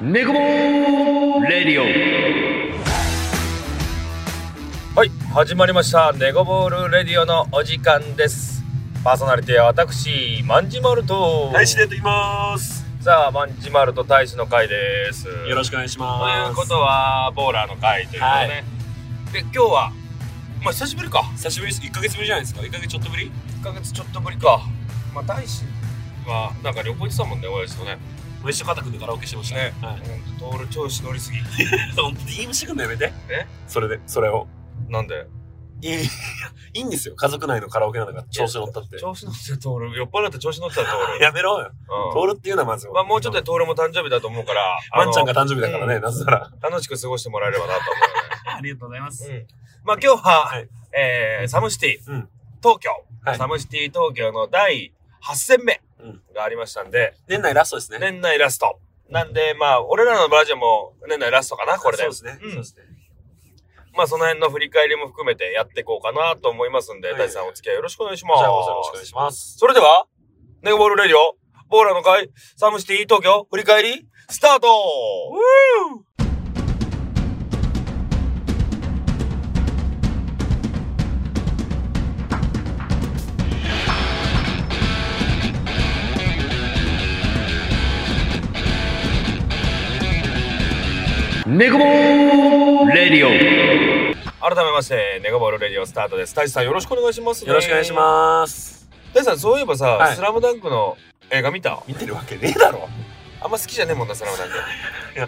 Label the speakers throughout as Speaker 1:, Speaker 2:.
Speaker 1: ネコボーレディ
Speaker 2: はい始まりましたネゴボールレディオのお時間ですパーソナリティは私マンジマルと
Speaker 3: 大志でと言います。
Speaker 2: さあマンジマルと大使の会です
Speaker 3: よろしくお願いし
Speaker 2: と
Speaker 3: ま
Speaker 2: い
Speaker 3: す。
Speaker 2: うことはボーラーの会ということで、
Speaker 3: は
Speaker 2: ねで今日はまあ久しぶりか
Speaker 3: 久しぶりです。一ヶ月ぶりじゃないですか。一ヶ月ちょっとぶり。
Speaker 2: 1ヶ月ちょっとぶりかまあ大使はなんか旅行行ってたもんね親父とね
Speaker 3: もう一緒肩組んでカラオケしてましたね。はい。
Speaker 2: ほんとトール調子乗りすぎ
Speaker 3: 本当に言い虫くんのやめて。
Speaker 2: え？
Speaker 3: それでそれを。
Speaker 2: なんで
Speaker 3: いいい いんですよ。家族内のカラオケなんか調子乗ったって。
Speaker 2: 調子乗ってトール酔っ払って調子乗ってたトール
Speaker 3: やめろよ。
Speaker 2: うん
Speaker 3: 通るっていうのはまず。
Speaker 2: まあ、もうちょっとでトールも誕生日だと思うから、
Speaker 3: ワンちゃん
Speaker 2: あの
Speaker 3: が誕生日だから
Speaker 2: う
Speaker 3: ね。
Speaker 2: ん
Speaker 3: なぜなら。
Speaker 2: 楽しく過ごしてもらえればなと思
Speaker 3: ありがとうございます
Speaker 2: う。ね。うん。まあ今日は、
Speaker 3: はい
Speaker 2: えーサムシティ、
Speaker 3: うん
Speaker 2: 東京、
Speaker 3: はい
Speaker 2: サムシティ東京の第8戦目
Speaker 3: うん
Speaker 2: がありましたんで、
Speaker 3: 年内ラストですね。
Speaker 2: 年内ラスト。なんで、まあ、俺らのラジオも年内ラストかな、これで。
Speaker 3: そうですね。
Speaker 2: うん
Speaker 3: そうですね。
Speaker 2: まあ、その辺の振り返りも含めてやっていこうかなと思いますんで、
Speaker 3: はい
Speaker 2: 大地さんお付き合いよろしくお願いしま
Speaker 3: こ
Speaker 2: す。
Speaker 3: ちらこそよろしくお願いします。
Speaker 2: それでは、ネゴボールレディオ、ボーラの会、サムシティ東京、振り返り、スタート
Speaker 1: オネコボーレディ
Speaker 2: 改めまして、ネゴボールレディオスタートです。大地さんよろしくお願いします、ね。
Speaker 3: よろしくお願いします。
Speaker 2: す。大地さん、そういえばさ、
Speaker 3: はい
Speaker 2: スラムダンクの映画見た
Speaker 3: 見てるわけねえだろ。
Speaker 2: あんま好きじゃねえもんな、スラムダン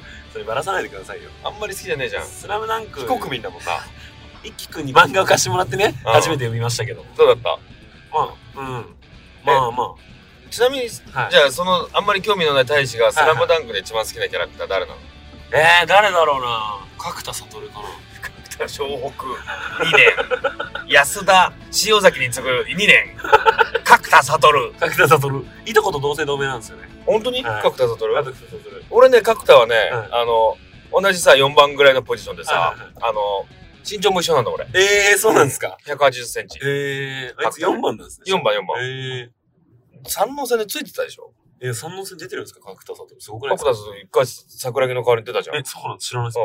Speaker 2: ク。
Speaker 3: そればらさないでくださいよ。
Speaker 2: あんまり好きじゃねえじゃん。
Speaker 3: スラムダンク。
Speaker 2: 非国民だもんな。
Speaker 3: 一輝くんに漫画を貸してもらってね、
Speaker 2: うん
Speaker 3: 初めて読みましたけど。
Speaker 2: どうだった
Speaker 3: まあ、うん。まあま
Speaker 2: ちなみに、
Speaker 3: あ。はい
Speaker 2: じ。ゃあその、あんまり興味のない大使が、ス
Speaker 3: はいは
Speaker 2: ラ
Speaker 3: い
Speaker 2: ムダンクで一番好きなキャラクター誰な の
Speaker 3: えー、誰だろうな角田悟かな
Speaker 2: 湘北2年 安田塩崎に次ぐ2年角田悟
Speaker 3: 角田悟いとこと同姓同名なんですよね
Speaker 2: 本当に、
Speaker 3: はい
Speaker 2: 角田悟
Speaker 3: 田悟
Speaker 2: 俺ね角田はね、
Speaker 3: はい
Speaker 2: あの同じさ4番ぐらいのポジションでさ、
Speaker 3: はいはい
Speaker 2: あの身長も一緒なんだ俺
Speaker 3: えー、そうなんですか
Speaker 2: 1 8 0ンチ
Speaker 3: えー、あいつ
Speaker 2: 角田
Speaker 3: 4番なんですね
Speaker 2: 4番4番
Speaker 3: え
Speaker 2: 三能戦でついてたでしょ
Speaker 3: ー、えー、三能線出てるんですか角田悟すごくない
Speaker 2: 角
Speaker 3: です
Speaker 2: 田
Speaker 3: か
Speaker 2: 悟一回桜木の代わりに出たじゃ
Speaker 3: え、
Speaker 2: ん
Speaker 3: そうなんです知らないです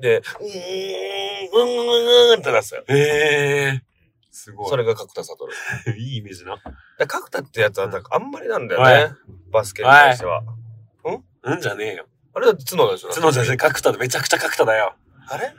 Speaker 2: で「うーんうんうんうん」ってなってたよ
Speaker 3: えー、すごい
Speaker 2: それが角田悟
Speaker 3: いいイメージな
Speaker 2: で角田ってやつはなんかあんまりなんだよ
Speaker 3: は
Speaker 2: ね、バスケに対しては
Speaker 3: うんじゃねえよ
Speaker 2: あれだって角田でしょ
Speaker 3: 角田じゃねえ角田でめちゃくちゃ角田だよ
Speaker 2: あれ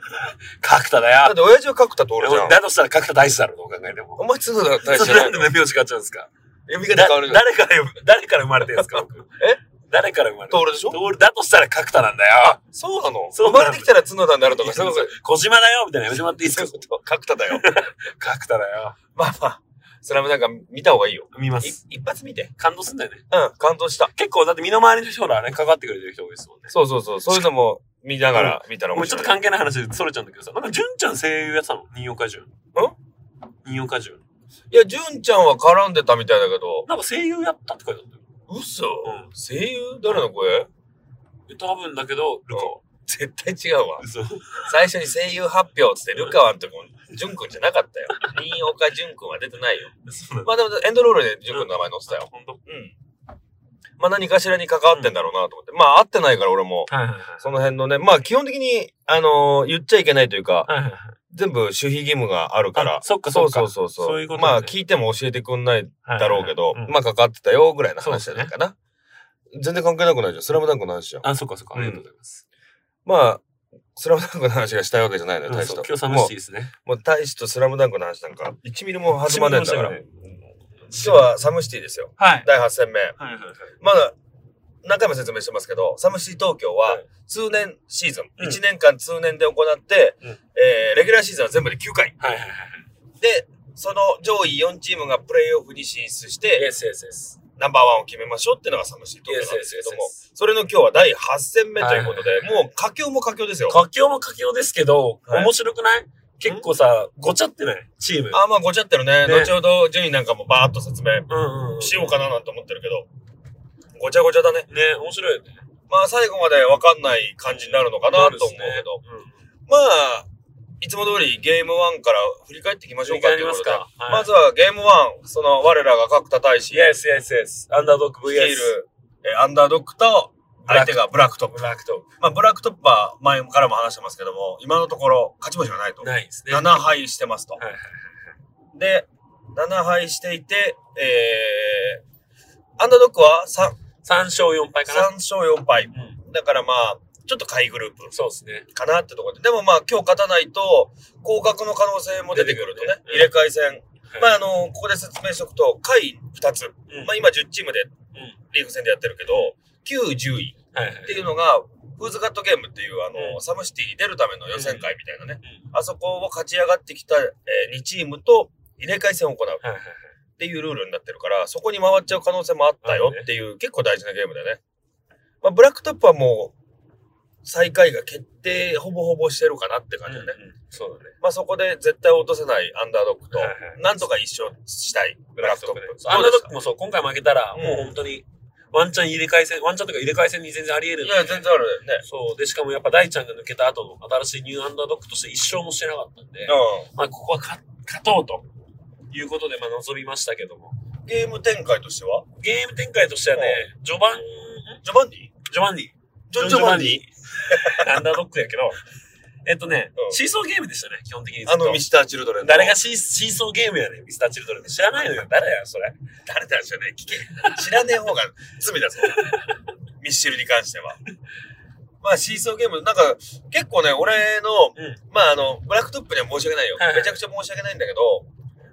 Speaker 3: 角田だ
Speaker 2: だっ
Speaker 3: よ
Speaker 2: て親父は角田と俺じゃん。
Speaker 3: だとしたら角田大志だろうどう考えて
Speaker 2: お
Speaker 3: も
Speaker 2: 前角田大
Speaker 3: そ
Speaker 2: 使じ
Speaker 3: れ
Speaker 2: ゃな
Speaker 3: ないん
Speaker 2: の
Speaker 3: で名字変わっちゃうんですか
Speaker 2: 読み方変わるじゃん。
Speaker 3: 誰から呼ぶ誰から生まれてるんです か僕え誰から生まれて
Speaker 2: 徹でしょ
Speaker 3: 徹だとしたら角田なんだよ
Speaker 2: そうなの
Speaker 3: そ
Speaker 2: 生
Speaker 3: うなの
Speaker 2: まれてきたら角田になるとか、そういうこ
Speaker 3: 小島だよみたいなやめてもらっていい
Speaker 2: と。
Speaker 3: で
Speaker 2: そうい
Speaker 3: す
Speaker 2: う
Speaker 3: か
Speaker 2: こと角田だ よ。
Speaker 3: 角田だよ
Speaker 2: まあまあ、それもなんか見た方がいいよ。
Speaker 3: 見ま
Speaker 2: い一発見て。
Speaker 3: 感動すんだよね
Speaker 2: うん、感動した。
Speaker 3: 結構だって身の回りの人らねかかってくれてる人多いですもんね
Speaker 2: そうそうそう、そういうのも見ながら見たら
Speaker 3: も
Speaker 2: 面
Speaker 3: うちょ
Speaker 2: 白
Speaker 3: っ
Speaker 2: い。
Speaker 3: と関係ない話でそれちゃうんだけどさなんか純ちゃん声優やってたの任用果順ん任用果順
Speaker 2: いや、純ちゃんは絡んでたみたいだけど、
Speaker 3: なんか声優やったって書いてあったよ
Speaker 2: 嘘
Speaker 3: うん
Speaker 2: 声優誰の声
Speaker 3: え多分だけどルカは
Speaker 2: 絶対違うわ。
Speaker 3: 嘘
Speaker 2: 最初に声優発表っつって、ルカワンとこ、純くんじゃなかったよ。新岡純くんは出てないよ。
Speaker 3: そうなんだ
Speaker 2: まあでも、エンドロールで純くんの名前載せたよ。
Speaker 3: 本当
Speaker 2: うん。まあ何かしらに関わってんだろうなと思って。まあ会ってないから俺も、
Speaker 3: はいはいはい
Speaker 2: その辺のね、まあ基本的に、あのー言っちゃいけないというか、
Speaker 3: はいはいはい
Speaker 2: 全部守秘義務があるから。
Speaker 3: あそっかそっか
Speaker 2: そうそうそう。
Speaker 3: そういうことね
Speaker 2: まあ聞いても教えてくんないだろうけど、
Speaker 3: はいはいはいうん
Speaker 2: まあ関わってたよぐらいの話じゃないかな。全然関係なくないじゃん。スラムダンクの話じゃん。
Speaker 3: あそっかそっかありがとうございます
Speaker 2: まあ、スラムダンクの話がしたいわけじゃないのよ、
Speaker 3: 今
Speaker 2: 大使と。
Speaker 3: 日寂
Speaker 2: も
Speaker 3: しいですね
Speaker 2: う、もう大使とスラムダンクの話なんか、1ミリも弾まねえんだから。
Speaker 3: は
Speaker 2: 今
Speaker 3: い
Speaker 2: 日はサムシティですよ。
Speaker 3: はい
Speaker 2: 第8戦目。
Speaker 3: はいはい
Speaker 2: まだ何回も説明してますけど、サムシティ東京は
Speaker 3: はい
Speaker 2: 通年シーズン、
Speaker 3: うん
Speaker 2: 1年間通年で行って、
Speaker 3: うん
Speaker 2: えーレギュラーシーズンは全部で9回。
Speaker 3: はいはいはい
Speaker 2: で、その上位4チームがプレーオフに進出して、
Speaker 3: Yes, yes, yes.
Speaker 2: ナンバーワンを決めましょうっていうのがサムシティ東京なんですけども
Speaker 3: Yes, yes, yes,
Speaker 2: それの今日は第8戦目ということで、
Speaker 3: はいはいはい
Speaker 2: もう佳境も佳境ですよ。
Speaker 3: 佳境も佳境ですけど、
Speaker 2: はい
Speaker 3: 面白くない結構さ、ごちゃってないチーム。
Speaker 2: あーまあごちゃってるね。
Speaker 3: ね
Speaker 2: 後ほど順位なんかもバーッと説明
Speaker 3: うんうんうん。
Speaker 2: しようかななんて思ってるけど、ごちゃごちゃだね。
Speaker 3: ね、面白いよね。
Speaker 2: まあ最後までわかんない感じになるのかなと思うけど、まあ、いつも通りゲーム1から振り返っていきましょうかということで。
Speaker 3: 振り返りますかはい
Speaker 2: まずはゲーム1、その我らが角田大使、
Speaker 3: Yes, yes, yes. アンダードッグ VS。
Speaker 2: 率いる、えーアンダードックと、相手がブラックトップ。
Speaker 3: ブラックト
Speaker 2: まあ、ブラックトップは前からも話してますけども、今のところ勝ち星がないと。
Speaker 3: ないですね。
Speaker 2: 7敗してますと。
Speaker 3: はいはいは
Speaker 2: で、7敗していて、えー、アンダードックは 3,
Speaker 3: 3勝4敗かな。
Speaker 2: 3勝4敗。
Speaker 3: うん。
Speaker 2: だからまあ、ちょっと下位グループ
Speaker 3: そうですね。
Speaker 2: かなってところで。でもまあ、今日勝たないと、降格の可能性も出てくるとね
Speaker 3: 出てく
Speaker 2: 入れ
Speaker 3: るね、うん
Speaker 2: 替え戦。
Speaker 3: はい
Speaker 2: まあ、あの、ここで説明しておくと、下位2つ。
Speaker 3: うん
Speaker 2: まあ、今10チームで
Speaker 3: うん
Speaker 2: リーグ戦でやってるけど、9、10位。
Speaker 3: はいはい。
Speaker 2: っていうのが、フーズカットゲームっていう、あ
Speaker 3: う
Speaker 2: の、サムシティに出るための予選会みたいなね、
Speaker 3: うん
Speaker 2: あそこを勝ち上がってきた、え2チームと入れ替え戦を行うっ
Speaker 3: はいはいはい。
Speaker 2: ていうルールになってるから、そこに回っちゃう可能性もあったよっていう、結構大事なゲームだね。まあ、ブラックトップはもう、最下位が決定ほぼほぼしてるかなって感じだね。
Speaker 3: うんうんそうだね。
Speaker 2: まあそこで絶対落とせないアンダードックと
Speaker 3: はいは、い
Speaker 2: なんとか一勝したいブ
Speaker 3: ブ
Speaker 2: ラッ
Speaker 3: ラッ
Speaker 2: クト
Speaker 3: クト
Speaker 2: ッ
Speaker 3: ッ
Speaker 2: プ
Speaker 3: プ。。
Speaker 2: ど
Speaker 3: ア
Speaker 2: う
Speaker 3: ン
Speaker 2: で
Speaker 3: ダード
Speaker 2: し
Speaker 3: ッ
Speaker 2: た
Speaker 3: クもそう、今回負けたら、
Speaker 2: うん
Speaker 3: もう本当に、ワンチャン入れ替え戦、ワンチャンというか入れ替え戦に全然あり得るん
Speaker 2: い
Speaker 3: で
Speaker 2: や、全然あるよね。
Speaker 3: そう。で、しかもやっぱ大ちゃんが抜けた後の新しいニューアンダードックとして一勝もしてなかったんで、
Speaker 2: う
Speaker 3: まあ、ここは勝勝とうということで、まあ、望みましたけども。
Speaker 2: ん。ゲーム展開としては
Speaker 3: ゲーム展開としてはね、序盤、ん
Speaker 2: ジョバンニ
Speaker 3: ジョバンニ。
Speaker 2: ジョンジョバンニ
Speaker 3: アンダードックやけ ど、えっとね、
Speaker 2: うん
Speaker 3: シーソーゲームでしたね、基本的にずっ
Speaker 2: あ
Speaker 3: と。
Speaker 2: のミスター・チルドレンの。
Speaker 3: 誰がシーシーソーゲームやねん、ミスターチルドレン。知らないのよ、誰や、それ。
Speaker 2: 誰だじゃない聞け。知らねえ方が罪だ ぞ。ミッシェルに関しては。まあ、シーソーゲーム、なんか、結構ね、俺の、
Speaker 3: うん
Speaker 2: まあ、あの、ブラックトップには申し訳ないよ
Speaker 3: はいは。い
Speaker 2: めちゃくちゃ申し訳ないんだけど、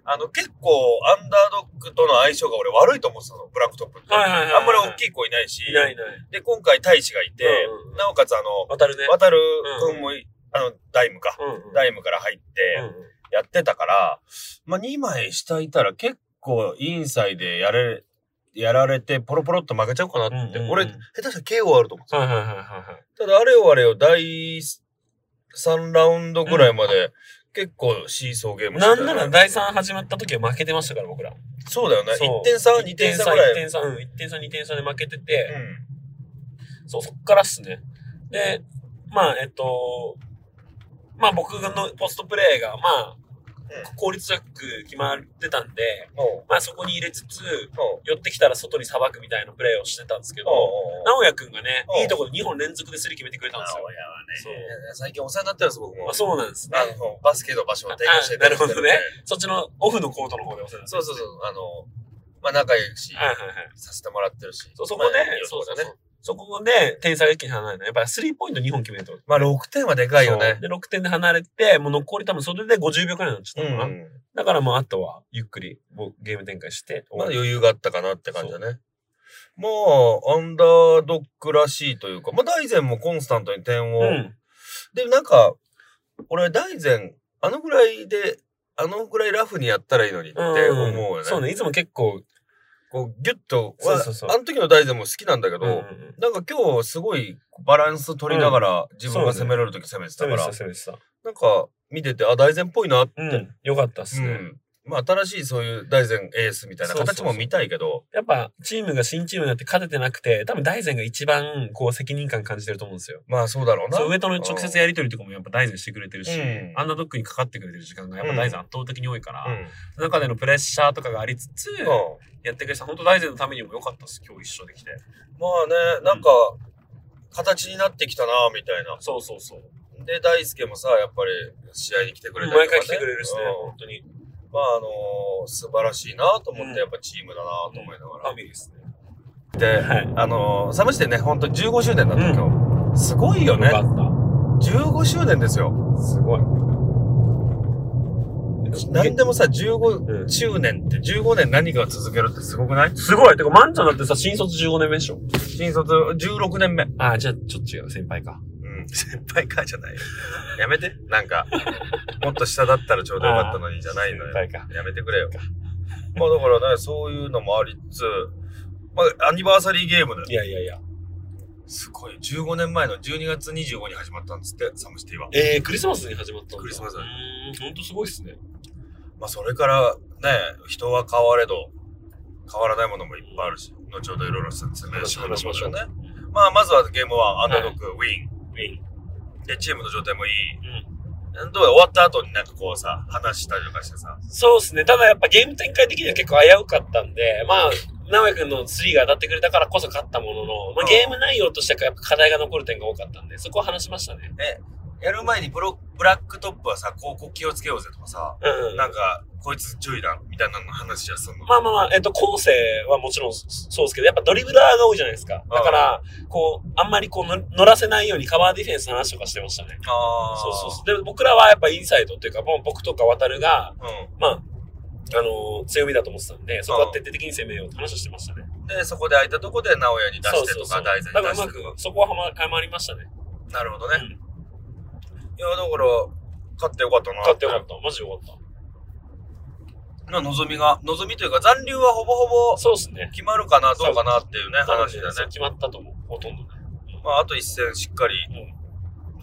Speaker 2: あの、結構、アンダードッグとの相性が俺悪いと思ってたの、ブラックトップって。
Speaker 3: はいはいはいはい
Speaker 2: あんまり大きい子いないし、
Speaker 3: いないいない。
Speaker 2: で、今回、大使がいて、
Speaker 3: うんうん
Speaker 2: なおかつ、あの、
Speaker 3: 渡るね。
Speaker 2: 渡る君もい、あの、ダイムか。
Speaker 3: うんうん。
Speaker 2: ダイムから入って、
Speaker 3: うんうん
Speaker 2: やってたから、まあ、2枚下いたら結構インサイでやれ、やられてポロポロっと負けちゃうかなって。
Speaker 3: うんうんうん
Speaker 2: 俺、下手したら KO あると思う。
Speaker 3: はいはいはいはいはい。
Speaker 2: ただ、あれよあれよ、第3ラウンドぐらいまで結構シーソーゲームしてた
Speaker 3: な
Speaker 2: よ
Speaker 3: ん
Speaker 2: ね
Speaker 3: なら第3始まった時は負けてましたから、僕ら。
Speaker 2: そうだよね。
Speaker 3: そう
Speaker 2: 1点差、2点差ぐら
Speaker 3: 1
Speaker 2: い。
Speaker 3: 点差、うん、1点差、2点差で負けてて、そう、そっからっすね。で、まあ、えっと、まあ僕のポストプレイが、まあ
Speaker 2: う、
Speaker 3: 効率よく決まってたんで、
Speaker 2: うん。おう
Speaker 3: まあそこに入れつつ、
Speaker 2: おう
Speaker 3: 寄ってきたら外にさばくみたいなプレイをしてたんですけど、
Speaker 2: おう
Speaker 3: 直哉くんがね
Speaker 2: うん、
Speaker 3: いいところで2本連続でスリー決めてくれたんですよ。
Speaker 2: そう最近お世話になってるんです、僕も。
Speaker 3: まあ、そうなんですね。
Speaker 2: あの、バスケの場所を提供していただいて
Speaker 3: あなるほどね。そっちのオフのコートの方でお世話になって
Speaker 2: そうそうそう。あの、まあ、仲良いし、
Speaker 3: はいはいはい。
Speaker 2: させてもらってるし。
Speaker 3: そうそこで、
Speaker 2: まあいい
Speaker 3: そう
Speaker 2: 男
Speaker 3: そ
Speaker 2: だ
Speaker 3: う
Speaker 2: ね
Speaker 3: そう。そこで、点差が一気に離れるの。やっぱりスリーポイント2本決めると。
Speaker 2: まあ、6点はでかいよ
Speaker 3: そう
Speaker 2: ね。
Speaker 3: で、6点で離れて、もう残り多分それで50秒くらいになっちゃったのかな。
Speaker 2: ん。
Speaker 3: だからもうあとは、ゆっくり、もうゲーム展開して。
Speaker 2: まだ余裕があったかなって感じだね。まあ、アンダードックらしいというか、まあ、大然もコンスタントに点を。
Speaker 3: うん。
Speaker 2: で、なんか、俺、大然、あのぐらいで、あのぐらいラフにやったらいいのにって思うよね。
Speaker 3: んそうね、いつも結構、
Speaker 2: こう、ギュッと、
Speaker 3: そうそうそう
Speaker 2: あの時の大然も好きなんだけど、
Speaker 3: うんうんうん
Speaker 2: なんか今日すごいバランス取りながら自分が攻められる時攻めてた
Speaker 3: 攻
Speaker 2: か
Speaker 3: めて
Speaker 2: ら、
Speaker 3: た、攻めてた。
Speaker 2: なんか見てて、あ、大然っぽいなって
Speaker 3: うん。よかったっすね。
Speaker 2: うん。まあ、新しいそういう大前エースみたいな形も見たいけど、
Speaker 3: やっぱ、チームが新チームになって勝ててなくて、多分大然が一番、こう、責任感感じてると思うんですよ。
Speaker 2: まあ、そうだろうな。
Speaker 3: そう、上との直接やりとりとかもやっぱ大然してくれてるし、
Speaker 2: うん
Speaker 3: あんなドックにかかってくれてる時間がやっぱ大然圧倒的に多いから、
Speaker 2: うん。
Speaker 3: 中でのプレッシャーとかがありつつ、
Speaker 2: うん
Speaker 3: やってくれた本当大勢のためにも良かったです今日一緒できて
Speaker 2: まあね、なんか、形になってきたな、みたいな。
Speaker 3: そうそうそう、
Speaker 2: で、大輔もさ、やっぱり試合に来てくれたり
Speaker 3: 毎
Speaker 2: とか、ね。
Speaker 3: 回来てくれるしね、
Speaker 2: うん
Speaker 3: 本当に
Speaker 2: まあ、あのー素晴らしいなと思って、
Speaker 3: うん
Speaker 2: やっぱチームだなと思いながら。
Speaker 3: ミリーですね
Speaker 2: で、
Speaker 3: はい
Speaker 2: あのー、サムシティね、ほんと15周年だった、
Speaker 3: うん
Speaker 2: 今日。すごいよ
Speaker 3: よ
Speaker 2: ね。
Speaker 3: かっ
Speaker 2: 15周年ですよ。
Speaker 3: たすごい
Speaker 2: 何でもさ、15
Speaker 3: うん
Speaker 2: 周年って、15年何かを続けるってすごくない
Speaker 3: すごいてかマンちゃんだってさ新卒15年目でしょ
Speaker 2: 新卒16年目。
Speaker 3: ああじゃあちょっと違う先輩か
Speaker 2: うん、 先輩かじゃないよ。やめて。なん か、もっと下だったらちょうどよかったのにじゃないのよ。
Speaker 3: 先輩か
Speaker 2: やめてくれよ。まあだからね、そういうのもありつつ、まあアニバーサリーゲームだよ。
Speaker 3: いやいやいや
Speaker 2: すごい。15年前の12月25日に始まったんですって、サムシティは。
Speaker 3: えー、クリスマスに始まったんだ
Speaker 2: クリスマス
Speaker 3: うーん本当すごいっすね
Speaker 2: まあそれからね、人は変われど、変わらないものもいっぱいあるし、後ほどいろいろ説明しましょうね。まあまずはゲームはアンダードック、ウィン。
Speaker 3: ウィン
Speaker 2: で、チームの状態もいい。
Speaker 3: うん
Speaker 2: どうや終わった後になんかこうさ、話したりとかしてさ、
Speaker 3: そうですね。ただやっぱゲーム展開的には結構危うかったんで、まあ、直哉君の3が当たってくれたからこそ勝ったものの、まあ、ゲーム内容としてはやっぱ課題が残る点が多かったんで、そこは話しましたね。
Speaker 2: やる前にブロブラックトップはさ、こうこう気をつけようぜとかさ、
Speaker 3: うん、うん。
Speaker 2: なんか、こいつ注意だみたいなの話じゃすんの。
Speaker 3: まあまあまあ、えっと、後世はもちろんそうですけど、やっぱドリブラーが多いじゃないですか。だから、こう、あんまりこうの、乗らせないようにカバーディフェンスの話とかしてましたね。
Speaker 2: あ
Speaker 3: そうそう
Speaker 2: う。
Speaker 3: そう。で、僕らはやっぱインサイドっていうか、もう僕とか渡るが、
Speaker 2: う
Speaker 3: まあ、あのー強みだと思ってたんで、そこは徹底的に攻めようって話をしてましたね。
Speaker 2: ん。で、そこで空いたとこで直哉に出してとか、題材
Speaker 3: だ
Speaker 2: に
Speaker 3: から
Speaker 2: 出
Speaker 3: う
Speaker 2: し
Speaker 3: ま
Speaker 2: てとか
Speaker 3: く、。そこははまはまりましたね。
Speaker 2: なるほど
Speaker 3: う
Speaker 2: ね。
Speaker 3: ん。
Speaker 2: いや、だから、勝ってよかったな。
Speaker 3: 勝ってよかった。マジよかった。
Speaker 2: た。な、望みが、望みというか、残留はほぼほぼ
Speaker 3: そうですね。
Speaker 2: 決まるかな、どうかなっていうね、
Speaker 3: なの
Speaker 2: 話
Speaker 3: で
Speaker 2: だ
Speaker 3: そ
Speaker 2: ね。
Speaker 3: う決まったと思う。ほとんどね。
Speaker 2: まあ、あと一戦しっかり
Speaker 3: うん。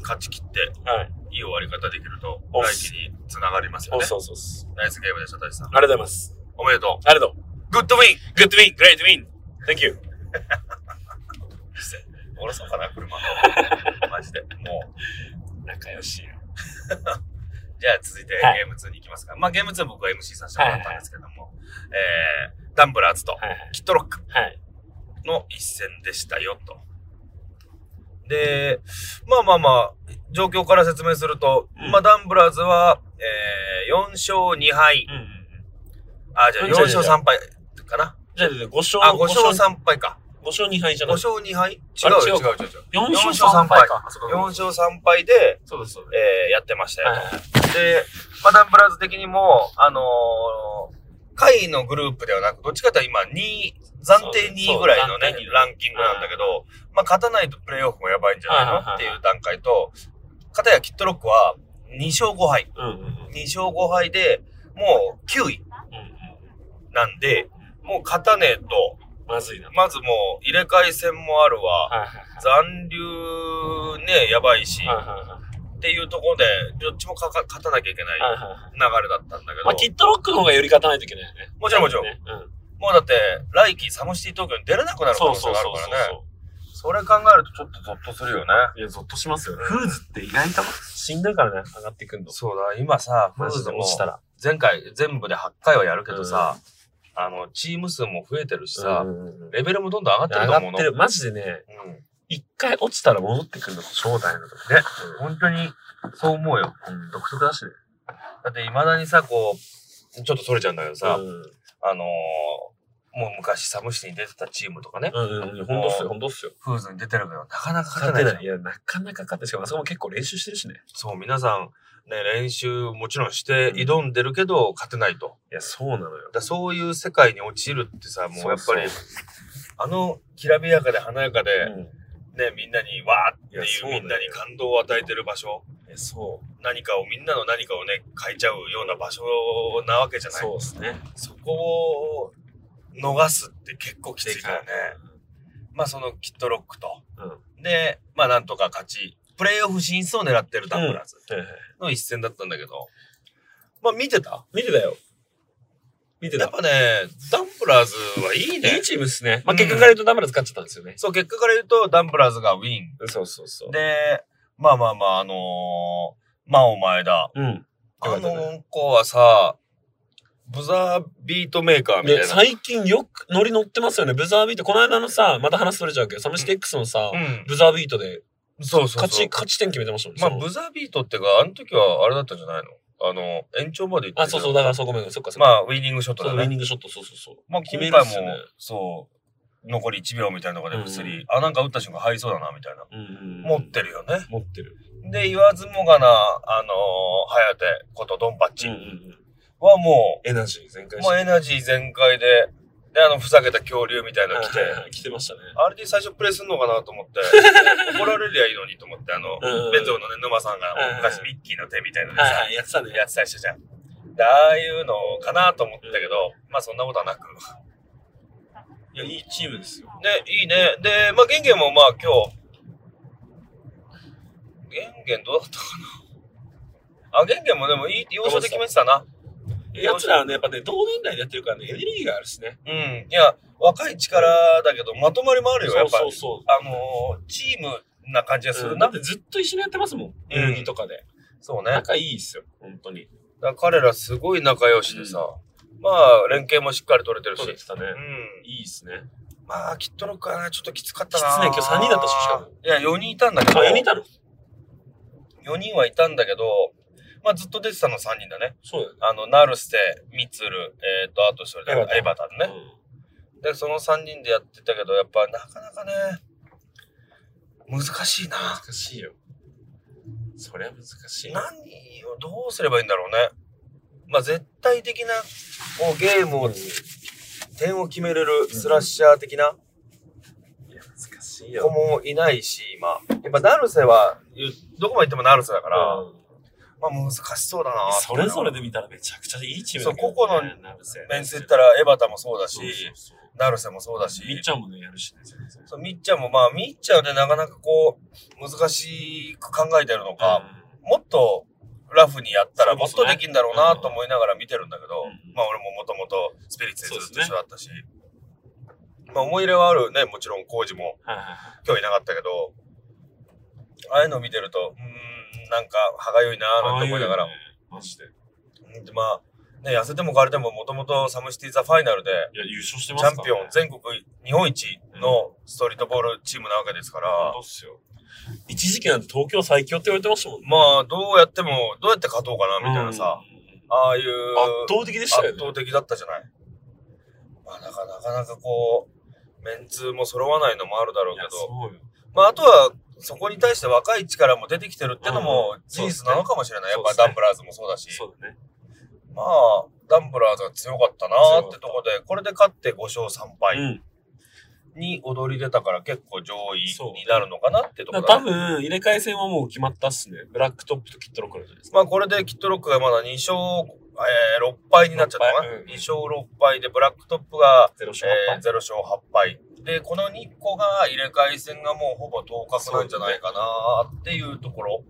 Speaker 2: 勝ち切って、
Speaker 3: はい。
Speaker 2: いい終わり方できると、
Speaker 3: おっ
Speaker 2: 来季につながりますよ
Speaker 3: そう
Speaker 2: ね。
Speaker 3: そうそうそう。
Speaker 2: ナイスゲームでした、大地さん。
Speaker 3: ありがとうございます。
Speaker 2: おめでと
Speaker 3: ありがとう。
Speaker 2: う。グッドウィン
Speaker 3: Good to win! Great win! Thank you!
Speaker 2: 降ろそうかな、 車。マジで。もう。
Speaker 3: 仲良しや。
Speaker 2: じゃあ続いて
Speaker 3: はい
Speaker 2: ゲーム2に行きますか。まあゲーム2僕が MC させてもらったんですけども、えー、ダンブラーズと
Speaker 3: はいはい。
Speaker 2: キットロック
Speaker 3: はい。
Speaker 2: の一戦でしたよと。で、まあまあまあ、状況から説明すると、
Speaker 3: うん
Speaker 2: まあダンブラーズは、えー、4勝2敗
Speaker 3: う、んうんうん。
Speaker 2: あ、じゃあ
Speaker 3: うん
Speaker 2: 4勝3敗かな。
Speaker 3: じゃあ、5勝、
Speaker 2: あ、5勝
Speaker 3: 5
Speaker 2: 3敗か。
Speaker 3: 勝2敗じゃ
Speaker 2: 5
Speaker 3: ない
Speaker 2: 勝2敗違
Speaker 3: あれ
Speaker 2: うよ違
Speaker 3: 違
Speaker 2: う違
Speaker 3: う
Speaker 2: う
Speaker 3: か
Speaker 2: 違う。
Speaker 3: 4
Speaker 2: 4
Speaker 3: 勝
Speaker 2: 勝3
Speaker 3: 3
Speaker 2: 敗
Speaker 3: 敗
Speaker 2: か
Speaker 3: か。。
Speaker 2: 4勝3敗で、
Speaker 3: そうです、そうで
Speaker 2: えー、やってました
Speaker 3: す。
Speaker 2: よ
Speaker 3: はい。はいはい。
Speaker 2: で、マダンブラーズ的にも、あのー、下位のグループではなく、どっちかというと今2位、暫定2位ぐらいのね
Speaker 3: そうそう、
Speaker 2: ランキングなんだけど、まあ、勝たないとプレイオフもやばいんじゃないの
Speaker 3: はいはいはい
Speaker 2: っていう段階と、片やキットロックは2勝5敗。
Speaker 3: うんうんうん。
Speaker 2: 2勝5敗で、もう9位なんで、もう勝たねえと、
Speaker 3: まずいな。
Speaker 2: まずもう入れ替え戦もあるわ、
Speaker 3: はいはいはい。
Speaker 2: 残留ね、やばいし、
Speaker 3: はいはいは
Speaker 2: っていうところで、どっちもかか勝たなきゃいけない
Speaker 3: い。はいはいはい。
Speaker 2: 流れだったんだけど。
Speaker 3: まあ、キットロックの方が寄り勝たないといけないよね。
Speaker 2: もちろんもちろん
Speaker 3: ねうん。
Speaker 2: もうだって、来季サムシティ東京に出れなくなる可
Speaker 3: そ
Speaker 2: 能
Speaker 3: うそ
Speaker 2: 性
Speaker 3: う
Speaker 2: が
Speaker 3: そ
Speaker 2: あ
Speaker 3: う
Speaker 2: るか
Speaker 3: そ
Speaker 2: らね。
Speaker 3: う。
Speaker 2: それ考えるとちょっとゾッとするよね。
Speaker 3: いや、ゾッとしますよね。
Speaker 4: フーズって意外と
Speaker 3: しんどいからね、上がってくんの。
Speaker 2: そうだ、今さ、フ
Speaker 3: マジで落ちたら。
Speaker 2: 前回全部で8回はやるけどさ、あの、チーム数も増えてるしさ、
Speaker 3: うんうんうん
Speaker 2: レベルもどんどん上がってる
Speaker 3: 上
Speaker 2: と思
Speaker 3: が
Speaker 2: う
Speaker 3: っ
Speaker 2: の。
Speaker 3: てる。マジでね、
Speaker 2: うん。
Speaker 3: 一回落ちたら戻ってくるのが正代のとこね。
Speaker 2: 本当に、そう思うよ。
Speaker 3: うん独特だしね。
Speaker 2: だって未だにさ、こう、ちょっとそれちゃうんだけどさ、
Speaker 3: うん
Speaker 2: あのーもう昔サムシティに出てたチームとかね、
Speaker 3: うんうんうん。ほんとっすよ、ほんとっすよ。
Speaker 2: フーズに出てるけど、なかなか勝
Speaker 3: 勝
Speaker 2: て
Speaker 3: て
Speaker 2: ないじゃ
Speaker 3: なんい。い。や、なかなか勝てない。しかも、あそこも結構練習してるしね。
Speaker 2: そう、皆さん、ね、練習もちろんして挑んでるけど、勝てないと。
Speaker 3: いや、そうなのよ
Speaker 2: だから。そういう世界に陥るってさ、もうやっぱり、
Speaker 3: そ
Speaker 2: あの、きらびやかで華やかで、
Speaker 3: うん
Speaker 2: ね、みんなにわーってい
Speaker 3: いやそう
Speaker 2: う、
Speaker 3: だよ
Speaker 2: みんなに感動を与えてる場所、
Speaker 3: えそ
Speaker 2: 何かを、みんなの何かをね、変えちゃうような場所なわけじゃ
Speaker 3: う。
Speaker 2: ない。
Speaker 3: そうですね。
Speaker 2: そこを逃すって結構きついからね。まあ、そのキットロックと。で、まあ、なんとか勝ち、プレイオフ進出を狙ってるダンブラーズ
Speaker 3: はいはい
Speaker 2: の一戦だったんだけど、まあ、見てた
Speaker 3: 見てたよ。見てた。
Speaker 2: やっぱね、ダンブラーズはいいね
Speaker 3: いい。チームっすね。ま
Speaker 2: う
Speaker 3: あ、
Speaker 2: ん
Speaker 3: 結果から言うとダブルズ勝っちゃったんですよね。
Speaker 2: そう、結果から言うと、ダンブラーズがウィン。
Speaker 3: そうそうそう。
Speaker 2: で、まあまあまあ、あのー、マオ前だ。
Speaker 3: うん。よ
Speaker 2: あ
Speaker 3: かったね
Speaker 2: の子はさ、ブザービートメーカーみたい
Speaker 3: ね、
Speaker 2: な。
Speaker 3: 最近よくノリ乗ってますよね。ブザービート。この間のさ、また話それちゃうけど、サムシティ X のさ、
Speaker 2: うん。
Speaker 3: ブザービートで
Speaker 2: そうそうそう。
Speaker 3: 勝ち、勝ち点決めてましたもんね。
Speaker 2: ま
Speaker 3: そ
Speaker 2: あ、
Speaker 3: の
Speaker 2: ブザービートってか、あの時はあれだったんじゃないのあの、延長まで行って
Speaker 3: あ、そうそう、だからそうごめん、そっかそっ
Speaker 2: ま
Speaker 3: か。
Speaker 2: あ、ウィニングショット
Speaker 3: そう
Speaker 2: だ
Speaker 3: ウィニ
Speaker 2: ね。
Speaker 3: ングショット、そうそうそう。
Speaker 2: まあ、
Speaker 3: 決
Speaker 2: 今
Speaker 3: め
Speaker 2: 回
Speaker 3: る
Speaker 2: も
Speaker 3: っすよね、
Speaker 2: そう、残り1秒みたいなところでスリー
Speaker 3: うん
Speaker 2: あ、なんか打った瞬間入りそうだな、みたいな。
Speaker 3: うんうんうん
Speaker 2: 持ってるよね。
Speaker 3: 持ってる。
Speaker 2: で、言わずもがな、あのー、ハヤテことドンパッチ
Speaker 3: うんうんうん
Speaker 2: はも
Speaker 3: エナジー全開
Speaker 2: う、
Speaker 3: し
Speaker 2: もう
Speaker 3: て。
Speaker 2: エナジー全開で、で、あの、ふざけた恐竜みたいなの
Speaker 3: はい
Speaker 2: 来て、
Speaker 3: はいはい来てましたね。
Speaker 2: あれで最初プレイすんのかなと思 って、怒られりゃいいのにと思って、あの、
Speaker 3: うんうん
Speaker 2: ベンゾーのね、沼さんが
Speaker 3: うんうん
Speaker 2: 昔ミッキーの手みたいなので
Speaker 3: はい
Speaker 2: さ、
Speaker 3: はい、やってたね。
Speaker 2: やってたりしたじゃん。でああいうのかなと思ったけど、まあそんなことはなく。
Speaker 3: いや、いいチームですよ。
Speaker 2: ね、いいね。で、まあ、ゲンゲンもまあ今日、ゲンゲンどうだったかな。あ、ゲンゲンもでもいい、要所で決めてたな。
Speaker 3: やつらはね、やっぱね、同年代でやってるからね、エネルギーがあるしね。
Speaker 2: うん。いや、若い力だけど、まとまりもあるよ、や
Speaker 3: そ
Speaker 2: っ
Speaker 3: う
Speaker 2: ぱ
Speaker 3: そ
Speaker 2: り
Speaker 3: う。そう。
Speaker 2: あのー、チームな感じがする
Speaker 3: だ
Speaker 2: な。
Speaker 3: ってずっと一緒にやってますもん。エネルギーとかで。
Speaker 2: そうね。だか
Speaker 3: 仲いいっすよ、本当に。
Speaker 2: ら彼らすごい仲良しでさ、まあ、連携もしっかり取れてるし。
Speaker 3: 取れ
Speaker 2: う
Speaker 3: てたね。
Speaker 2: ん。
Speaker 3: いいっすね。
Speaker 2: まあ、キットロックはな、ちょっときつかったな。
Speaker 3: きついね今日三人だったししかも。
Speaker 2: いや、4人いたんだけど。
Speaker 3: あ、見たの
Speaker 2: 4人はいたんだけど、まあ、ずっと出てたの3人だね。
Speaker 3: そうだよね。
Speaker 2: あの、ナルステ、ミツル、えっ、と、あとそれ
Speaker 3: エバタン
Speaker 2: エバタンね。で、その3人でやってたけど、やっぱなかなかね、難しいな。
Speaker 3: 難しいよ。そりゃ難しい。
Speaker 2: 何をどうすればいいんだろうね。まあ、絶対的な、もうゲームを、点を決めれるスラッシャー的な
Speaker 3: や、難しい
Speaker 2: 子。もいないし、まあ、やっぱナルセは、ゆどこまで行ってもナルセだから、まあ難しそうだなって
Speaker 3: それぞれで見たらめちゃくちゃいいチームだけどね
Speaker 2: そう個々の
Speaker 3: なるせ
Speaker 2: メンツ行ったらエバタもそうだし、
Speaker 3: そうそうそう
Speaker 2: ナルセもそうだし、
Speaker 3: みっちゃんもね、やるしね、全然。
Speaker 2: そうみっちゃんもまあ、みっちゃんはね、なかなかこう、難しく考えてるのか、もっとラフにやったら
Speaker 3: そう
Speaker 2: もっ
Speaker 3: そ
Speaker 2: と
Speaker 3: うね
Speaker 2: できんだろうなと思いながら見てるんだけど、
Speaker 3: うん
Speaker 2: まあ俺ももともとスピリッツでずっと一
Speaker 3: そうです
Speaker 2: 緒だったし、まあ思い入れはあるね、もちろん工事も
Speaker 3: はいはいはい
Speaker 2: 今日いなかったけど、ああいうのを見てると、うーん、なんか歯がゆいなぁなんて思いながら、
Speaker 3: ああうねマジで。い
Speaker 2: でまあ、ね、痩せても枯れてももともとサムシティザファイナルで、
Speaker 3: や、優勝してま
Speaker 2: チ
Speaker 3: すか
Speaker 2: ャ
Speaker 3: ら、
Speaker 2: ンピオ
Speaker 3: ね。
Speaker 2: ン、全国日本一のストリートボールチームなわけですから、
Speaker 3: 本当っすよ。一時期なんて東京最強って言われてましたもんね。
Speaker 2: まあ、どうやっても、どうやって勝とうかな、みたいなさ、
Speaker 3: うん
Speaker 2: ああいう、
Speaker 3: 圧倒的でしたよ
Speaker 2: 圧
Speaker 3: ね。
Speaker 2: 倒的だったじゃない。まあ、なかなかなかこう、メンツも揃わないのもあるだろう
Speaker 3: い
Speaker 2: け
Speaker 3: や、
Speaker 2: ど、
Speaker 3: そうよ。
Speaker 2: まあ、あとは、そこに対して若い力も出てきてるってのも
Speaker 3: うん
Speaker 2: 事実なのかもしれない。や
Speaker 3: そ
Speaker 2: っ
Speaker 3: うで
Speaker 2: ぱ
Speaker 3: すね
Speaker 2: ダンブラーズもそうだし、
Speaker 3: そうだね。
Speaker 2: まあ、ダンブラーズが強かったなーってとこで、これで勝って5勝3敗。
Speaker 3: うん。
Speaker 2: に踊り出たから結構上位
Speaker 3: そう
Speaker 2: になるのかなってとこ
Speaker 3: だ
Speaker 2: ろ
Speaker 3: から
Speaker 2: だ
Speaker 3: 多
Speaker 2: ね、
Speaker 3: 分、入れ替え戦はもう決まったっすね。ブラックトップとキットロックなんじゃないですか。
Speaker 2: まあこれでキットロックがまだ2勝、えー、6敗になっちゃったかな、
Speaker 3: 六敗うん
Speaker 2: 2勝6敗でブラックトップが、
Speaker 3: ゼロ勝
Speaker 2: えー、
Speaker 3: 8
Speaker 2: 0勝8敗でこの2個が入れ替え戦がもうほぼ当確なんじゃないかなっていうところ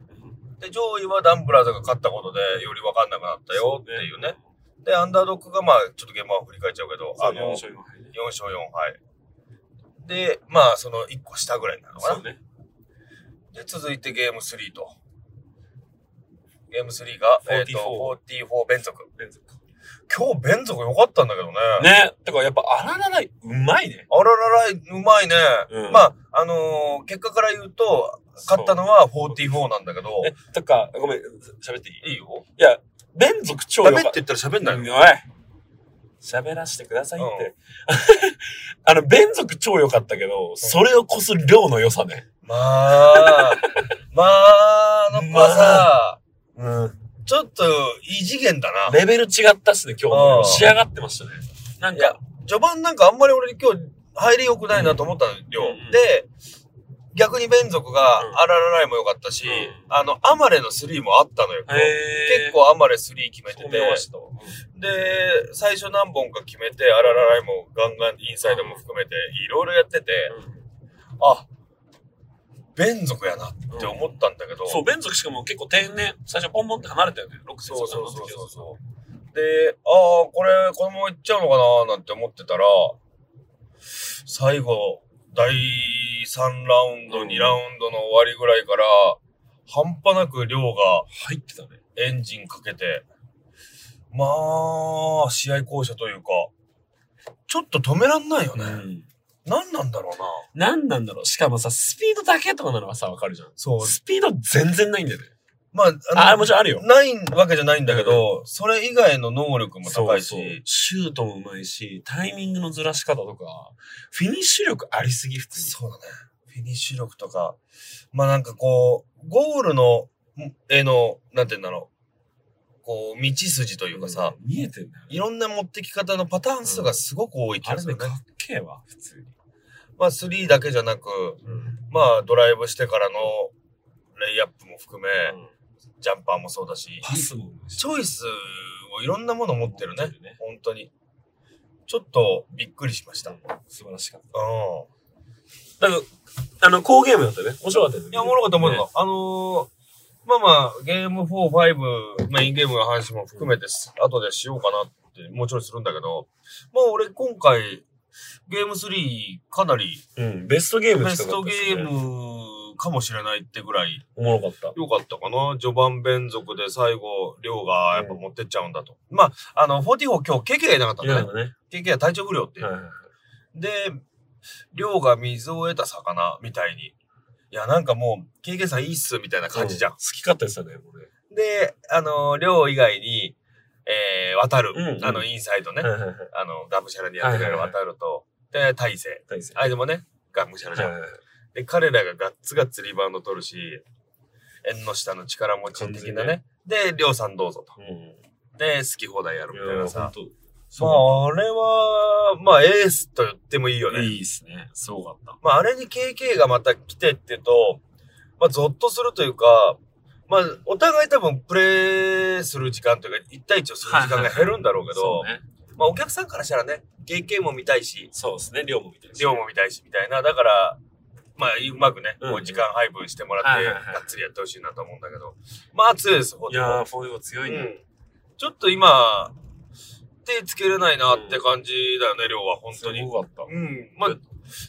Speaker 2: で上位はダンブラーズが勝ったことでより分かんなくなったよっていうね。でアンダードックがまあちょっと現場を振り返っちゃうけど
Speaker 3: あ
Speaker 2: あ
Speaker 3: の、
Speaker 2: の4
Speaker 3: 4勝4敗ね。
Speaker 2: 勝4敗でまあその1個下ぐらいになるのかな
Speaker 3: そうね。
Speaker 2: で、続いてゲーム3と。ゲーム3が、
Speaker 3: 44
Speaker 2: えっ、と、44連続。
Speaker 3: 連続。
Speaker 2: 今日連続良かったんだけどね。
Speaker 3: ね。てか、やっぱ、あらららい、うまいね。
Speaker 2: あらららい、うまいね。
Speaker 3: うん
Speaker 2: まあ、あのー結果から言うと、勝ったのは44なんだけど、
Speaker 3: え、てか、ごめん、喋っていい
Speaker 2: いいよ。
Speaker 3: いや、連続超
Speaker 2: ダ
Speaker 3: 良
Speaker 2: メ
Speaker 3: か
Speaker 2: っ
Speaker 3: ってた。
Speaker 2: 言ったら喋んないの、
Speaker 3: おい喋らせてくださいって。 あの、連続超良かったけど、それを越す量の良さね。
Speaker 2: まあ、まあ、あの子はさ、
Speaker 3: うん。
Speaker 2: ちょっと異次元だな。
Speaker 3: レベル違ったっすね、今日
Speaker 2: う
Speaker 3: の。
Speaker 2: ん
Speaker 3: 仕上がってましたね。なん
Speaker 2: いや
Speaker 3: か、、
Speaker 2: 序盤なんかあんまり俺今日入り良くないなと思ったのよ。
Speaker 3: うん
Speaker 2: で、逆にベン族が
Speaker 3: うん
Speaker 2: あらららいも良かったし、
Speaker 3: うん
Speaker 2: あの、アマレの3もあったのよ。
Speaker 3: 結
Speaker 2: 結、構アマレ3決めて
Speaker 3: そう
Speaker 2: て
Speaker 3: 見、ました
Speaker 2: で、最初何本か決めて、あらららいもガンガンインサイドも含めて、いろいろやってて、あ、ベン族やなって思ったんだけど、
Speaker 3: そう、ベン族しかも結構天然、最初ポンポンって離れたよね。6節
Speaker 2: そうそうそうそうそう。で、ああ、これ、このままいっちゃうのかななんて思ってたら、最後、第3ラウンド、
Speaker 3: うん
Speaker 2: 2ラウンドの終わりぐらいから、半端なく量が
Speaker 3: 入ってたね。
Speaker 2: エンジンかけて、まあ、試合巧者というか、ちょっと止めらんないよね。
Speaker 3: ん。
Speaker 2: 何なんだろうな。
Speaker 3: なんなんだろうしかもさ、スピードだけとかならさ、わかるじゃん。
Speaker 2: そう。
Speaker 3: スピード全然ないんだよね。
Speaker 2: まあ、
Speaker 3: あ
Speaker 2: あ
Speaker 3: あ、もちろんあるよ
Speaker 2: の、。ないわけじゃないんだけど、それ以外の能力も
Speaker 3: そ
Speaker 2: 高
Speaker 3: う
Speaker 2: いし、
Speaker 3: そうシュートもうまいし、タイミングのずらし方とか、フィニッシュ力ありすぎ、普通に。
Speaker 2: そうだね。フィニッシュ力とか、まあなんかこう、ゴールの、んへの、なんて言うんだろう。こう、道筋というかさ、
Speaker 3: 見えてんだよね。
Speaker 2: いろんな持ってき方のパターン数がすごく多い気
Speaker 3: あ
Speaker 2: が
Speaker 3: れ
Speaker 2: す
Speaker 3: ね、
Speaker 2: るね
Speaker 3: か。っけえわ、普通に。
Speaker 2: まあ3だけじゃなく、まあドライブしてからのレイアップも含め、
Speaker 3: うん
Speaker 2: ジャンパーもそうだし、
Speaker 3: パスもうまいし
Speaker 2: チョイスをいろんなもの持ってるね。。本当に。ちょっとびっくりしました。うん。
Speaker 3: 素晴らしかった。だから、あの、好ゲームだったよね。面白かったよね。
Speaker 2: いや、おもろかった、おもろか
Speaker 3: ね
Speaker 2: った。あのー、まあまあ、ゲーム4、5、メインゲームの話も含めてす、後でしようかなって、もちろんするんだけど、まあ俺今回、ゲーム3、かなり、
Speaker 3: うん、ベストゲーム
Speaker 2: ベ
Speaker 3: 近
Speaker 2: ス
Speaker 3: か
Speaker 2: ト
Speaker 3: った
Speaker 2: ゲ
Speaker 3: ですね
Speaker 2: ームかもしれないってぐらい、
Speaker 5: おもろかった。
Speaker 2: よかったかな。序盤連続で最後、量がやっぱ持ってっちゃうんだと。まあ、あの、44今日、KK がいなかったん
Speaker 5: いや
Speaker 2: だ
Speaker 5: なん
Speaker 2: ね。
Speaker 5: かね。
Speaker 2: KK は体調不良っていう。
Speaker 5: はいはいはい
Speaker 2: で、量が水を得た魚みたいに。いや、なんかもう、KK さんいいっす、みたいな感じじゃん
Speaker 3: 好。き勝手でしたね、俺。
Speaker 2: で、あの、量以外に、えー、渡る。
Speaker 5: うんうん
Speaker 2: あの、インサイドね。
Speaker 5: はいはいはい。
Speaker 2: あの、がむしゃらにやってくれる
Speaker 5: はいはい
Speaker 2: 渡ると、で、大勢。
Speaker 5: 大勢。
Speaker 2: あれでもね、がむしゃらじゃん。
Speaker 5: はいはいはい
Speaker 2: で、彼らがガッツガッツリバウンド取るし、縁の下の力持ち的なね。で、りょうさんどうぞと。で、好き放題やるみたいなさ。
Speaker 3: 当
Speaker 2: まあ、あれは、まあ、エースと言ってもいいよね。
Speaker 3: いいっすね。すごかった。
Speaker 2: まあ、あれに KK がまた来てってと、まあ、ゾッとするというか、まあ、お互い多分プレイする時間というか、1対1をする時間が減るんだろうけど、
Speaker 3: そうね。
Speaker 2: まあ、お客さんからしたらね、KK も見たいし、
Speaker 3: そうですね、量も見てるし。
Speaker 2: 量も見たいし、みたいな。だから、まあ、うまくね、
Speaker 3: うん
Speaker 2: こう時間配分してもらって、
Speaker 3: はいはいはい
Speaker 2: がっつりやってほしいなと思うんだけど、まあ、強いです、ほ
Speaker 3: いやー、フォーディゴ強いね。
Speaker 2: ちょっと今、手つけれないなって感じだよね、量は、本当に。
Speaker 3: ごかった。
Speaker 2: うん。まあ、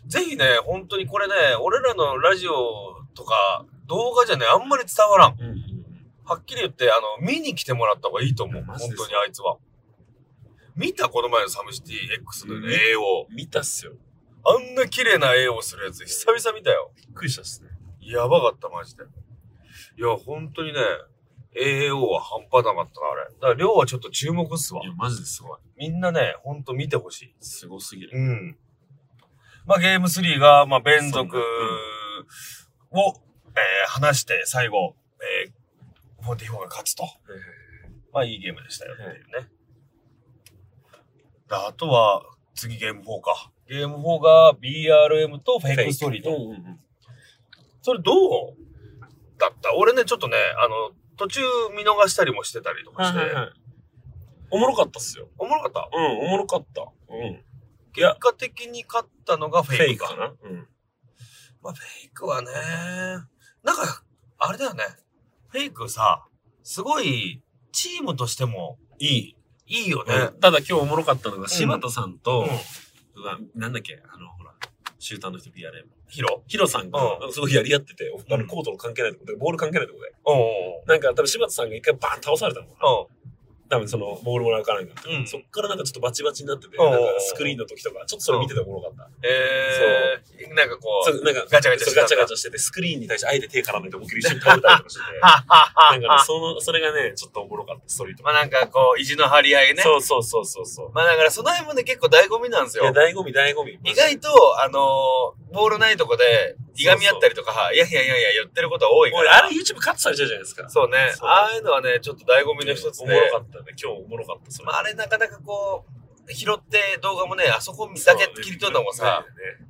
Speaker 2: ぜひね、本当にこれね、俺らのラジオとか動画じゃね、あんまり伝わらん。
Speaker 3: うんうん
Speaker 2: はっきり言って、あの、見に来てもらった方がいいと思う。
Speaker 3: マ
Speaker 2: 本
Speaker 3: ジ
Speaker 2: 当
Speaker 3: です
Speaker 2: に
Speaker 3: か
Speaker 2: あいつは。見たこの前のサムシティ X のね、
Speaker 3: うん
Speaker 2: AO。
Speaker 3: 見たっすよ。
Speaker 2: あんな綺麗な AO するやつ、久々見たよ。
Speaker 3: びっくりしたっすね。
Speaker 2: やばかった、マジで。いや、本当にね、AO は半端なかったな、あれ。だから、量はちょっと注目っすわ
Speaker 3: い。や、マジですごい。
Speaker 2: みんなね、ほんと見てほしい。
Speaker 3: すごすぎる。
Speaker 2: うん。まあ、ゲーム3が、まあ、連続
Speaker 3: そ
Speaker 2: を
Speaker 3: う、
Speaker 2: えー話して、最後、えー、44が勝つと。まあ、いいゲームでしたよっていうね。であとは、次ゲーム4か。ゲーム4が BRM とフェイクストーリー
Speaker 3: うん
Speaker 2: と。
Speaker 3: うんうん。
Speaker 2: それどうだった俺ね、ちょっとね、あの、途中見逃したりもしてたりとかして、
Speaker 3: おもろかったっすよ。
Speaker 2: おもろかった。
Speaker 3: うん、おもろかった。うん。いや
Speaker 2: 結果的に勝ったのがフ
Speaker 3: フ
Speaker 2: ェ
Speaker 3: ェ
Speaker 2: イ
Speaker 3: イ
Speaker 2: クか
Speaker 3: クかなうん。
Speaker 2: まあ、フェイクはね、なんか、あれだよね。フェイクさ、すごい、チームとしても
Speaker 3: いい。
Speaker 2: いいよね。
Speaker 3: ただ今日おもろかったのが、柴田さん
Speaker 2: うん。
Speaker 3: と、うわ、なんだっけ、あの、ほら、シューターの人 PRM。
Speaker 2: ヒロ。
Speaker 3: ヒロさんが
Speaker 2: う、
Speaker 3: すごいやり合ってて、あの、コートの関係ないとこで、ボール関係ないとこで。なんか、多分柴田さんが一回バーン倒されたのかな。
Speaker 2: う
Speaker 3: 多分その、ボールもらうからなんか
Speaker 2: ん。うん。 うん。
Speaker 3: そっからなんかちょっとバチバチになってて、
Speaker 2: うん
Speaker 3: なんかスクリーンの時とか、ちょっとそれ見てておもろかった。
Speaker 2: えー、なんかこう、
Speaker 3: そうなんか
Speaker 2: ガチャガチャ
Speaker 3: そ
Speaker 2: し
Speaker 3: う
Speaker 2: てた
Speaker 3: ガチャガチャしてて、スクリーンに対してあえて手絡めて思いっきり一緒に倒れたりとかして て、
Speaker 2: はっは
Speaker 3: な
Speaker 2: っ
Speaker 3: んかね
Speaker 2: は。
Speaker 3: その、それがね、ちょっとおもろかった、ストリート
Speaker 2: まあなんかこう、意地の張り合いね。
Speaker 3: そうそうそうそうそう。
Speaker 2: まあだからその辺もね、結構醍醐味なんです
Speaker 3: いや、
Speaker 2: よ。
Speaker 3: 醍醐味、醍醐味。
Speaker 2: 意外と、あのーボールないとこで、いがみ合ったりとか、いやいやいやいや言ってることは多いか
Speaker 3: 俺、
Speaker 2: ら。
Speaker 3: あれ YouTube カットされちゃうじゃないですか。
Speaker 2: そうね。
Speaker 3: そう
Speaker 2: ああいうのはね、ちょっと醍醐味の一つ
Speaker 3: お
Speaker 2: で。
Speaker 3: もろかったね。今日おもろかった、それ。
Speaker 2: まあ、あれなかなかこう拾って動画もねあそこだけ切り取るのもさ、
Speaker 3: ね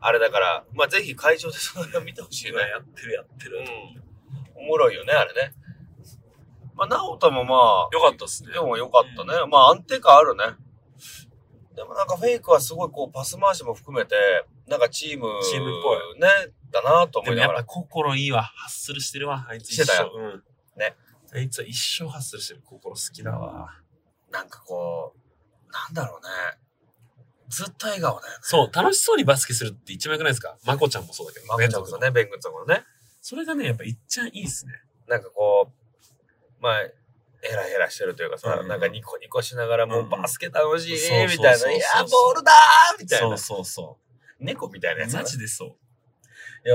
Speaker 2: あれだからまあぜひ会場でその辺見てほしいね
Speaker 3: 今、やってるやってる。
Speaker 2: うん、おもろいよねあれねまあ直太もまあ
Speaker 3: よかったっすね。
Speaker 2: でもよかったね、まあ安定感あるねでもなんかフェイクはすごいこうパス回しも含めてなんかチーム
Speaker 3: チームっ
Speaker 2: ねだなと思い
Speaker 3: でも
Speaker 2: な
Speaker 3: や
Speaker 2: が
Speaker 3: っぱ
Speaker 2: ら
Speaker 3: 心いいわ。ハッスルしてるわ。あいつ
Speaker 2: して
Speaker 3: 一
Speaker 2: た
Speaker 3: 生
Speaker 2: よ。
Speaker 3: うん。
Speaker 2: ね。
Speaker 3: あいつは一生ハッスルしてる。心好きだわ。
Speaker 2: なんかこうなんだろうねずっと笑顔だよね
Speaker 3: そう、楽しそうにバスケするって一番よくないですかまこちゃんもそうだけど。
Speaker 2: まこちゃんもそう
Speaker 3: 連続の
Speaker 2: ねベン君とかもね
Speaker 3: それがね、やっぱ一番いいっすね。
Speaker 2: なんかこう、まあ、ヘラヘラしてるというかさ、
Speaker 3: うん
Speaker 2: なんかニコニコしながら、も
Speaker 3: う
Speaker 2: うんバスケ楽しい、
Speaker 3: そうそうそう
Speaker 2: みたい
Speaker 3: そう
Speaker 2: な、いや、ボールだーみたい
Speaker 3: そ
Speaker 2: な
Speaker 3: う、そうそ
Speaker 2: 猫みたいなや
Speaker 3: う。
Speaker 2: つだ
Speaker 3: マ
Speaker 2: ね。
Speaker 3: ジでそ
Speaker 2: いや、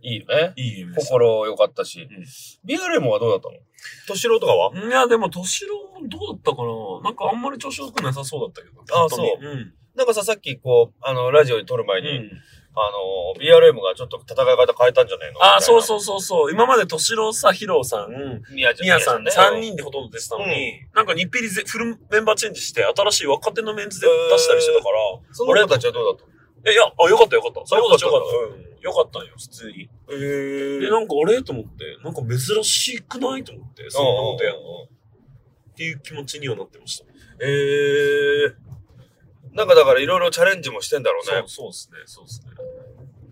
Speaker 2: いいよね。
Speaker 3: う。いいゲームでした。
Speaker 2: 心良かったし
Speaker 3: うん。
Speaker 2: BRM はどうだったの敏郎とかはい
Speaker 3: や、でも、敏郎どうだったかななんかあんまり調子良くなさそうだったけど。
Speaker 2: あそう
Speaker 3: 本当にうん。
Speaker 2: なんかさ、さっきこう、あの、ラジオに撮る前
Speaker 3: う
Speaker 2: に、
Speaker 3: ん。
Speaker 2: あの、BRM がちょっと戦い方変えたんじゃねえの。
Speaker 3: あ、そうそううそうそう。今まで敏郎さ、ヒロさん、
Speaker 2: みやちゃん。
Speaker 3: ミヤさん
Speaker 2: ね
Speaker 3: 3人でほとんど出てたのに、なんか日ピリぜフルメンバーチェンジして、新しい若手のメンツで出したりしてたから、
Speaker 2: その子たちはどうだっ
Speaker 3: えいや、あ、よかったよかった。そ
Speaker 2: あ
Speaker 3: うい
Speaker 2: よ
Speaker 3: う
Speaker 2: か
Speaker 3: こ
Speaker 2: った
Speaker 3: とよかった。うん。よかったんよ、普通に。
Speaker 2: たへぇ
Speaker 3: で、なんかあれと思って、なんか珍しくないと思って、そんなことやんのっていう気持ちにはなってました。
Speaker 2: へぇなんかだからいろいろチャレンジもしてんだろうね。
Speaker 3: そう、そうですね、そうですね。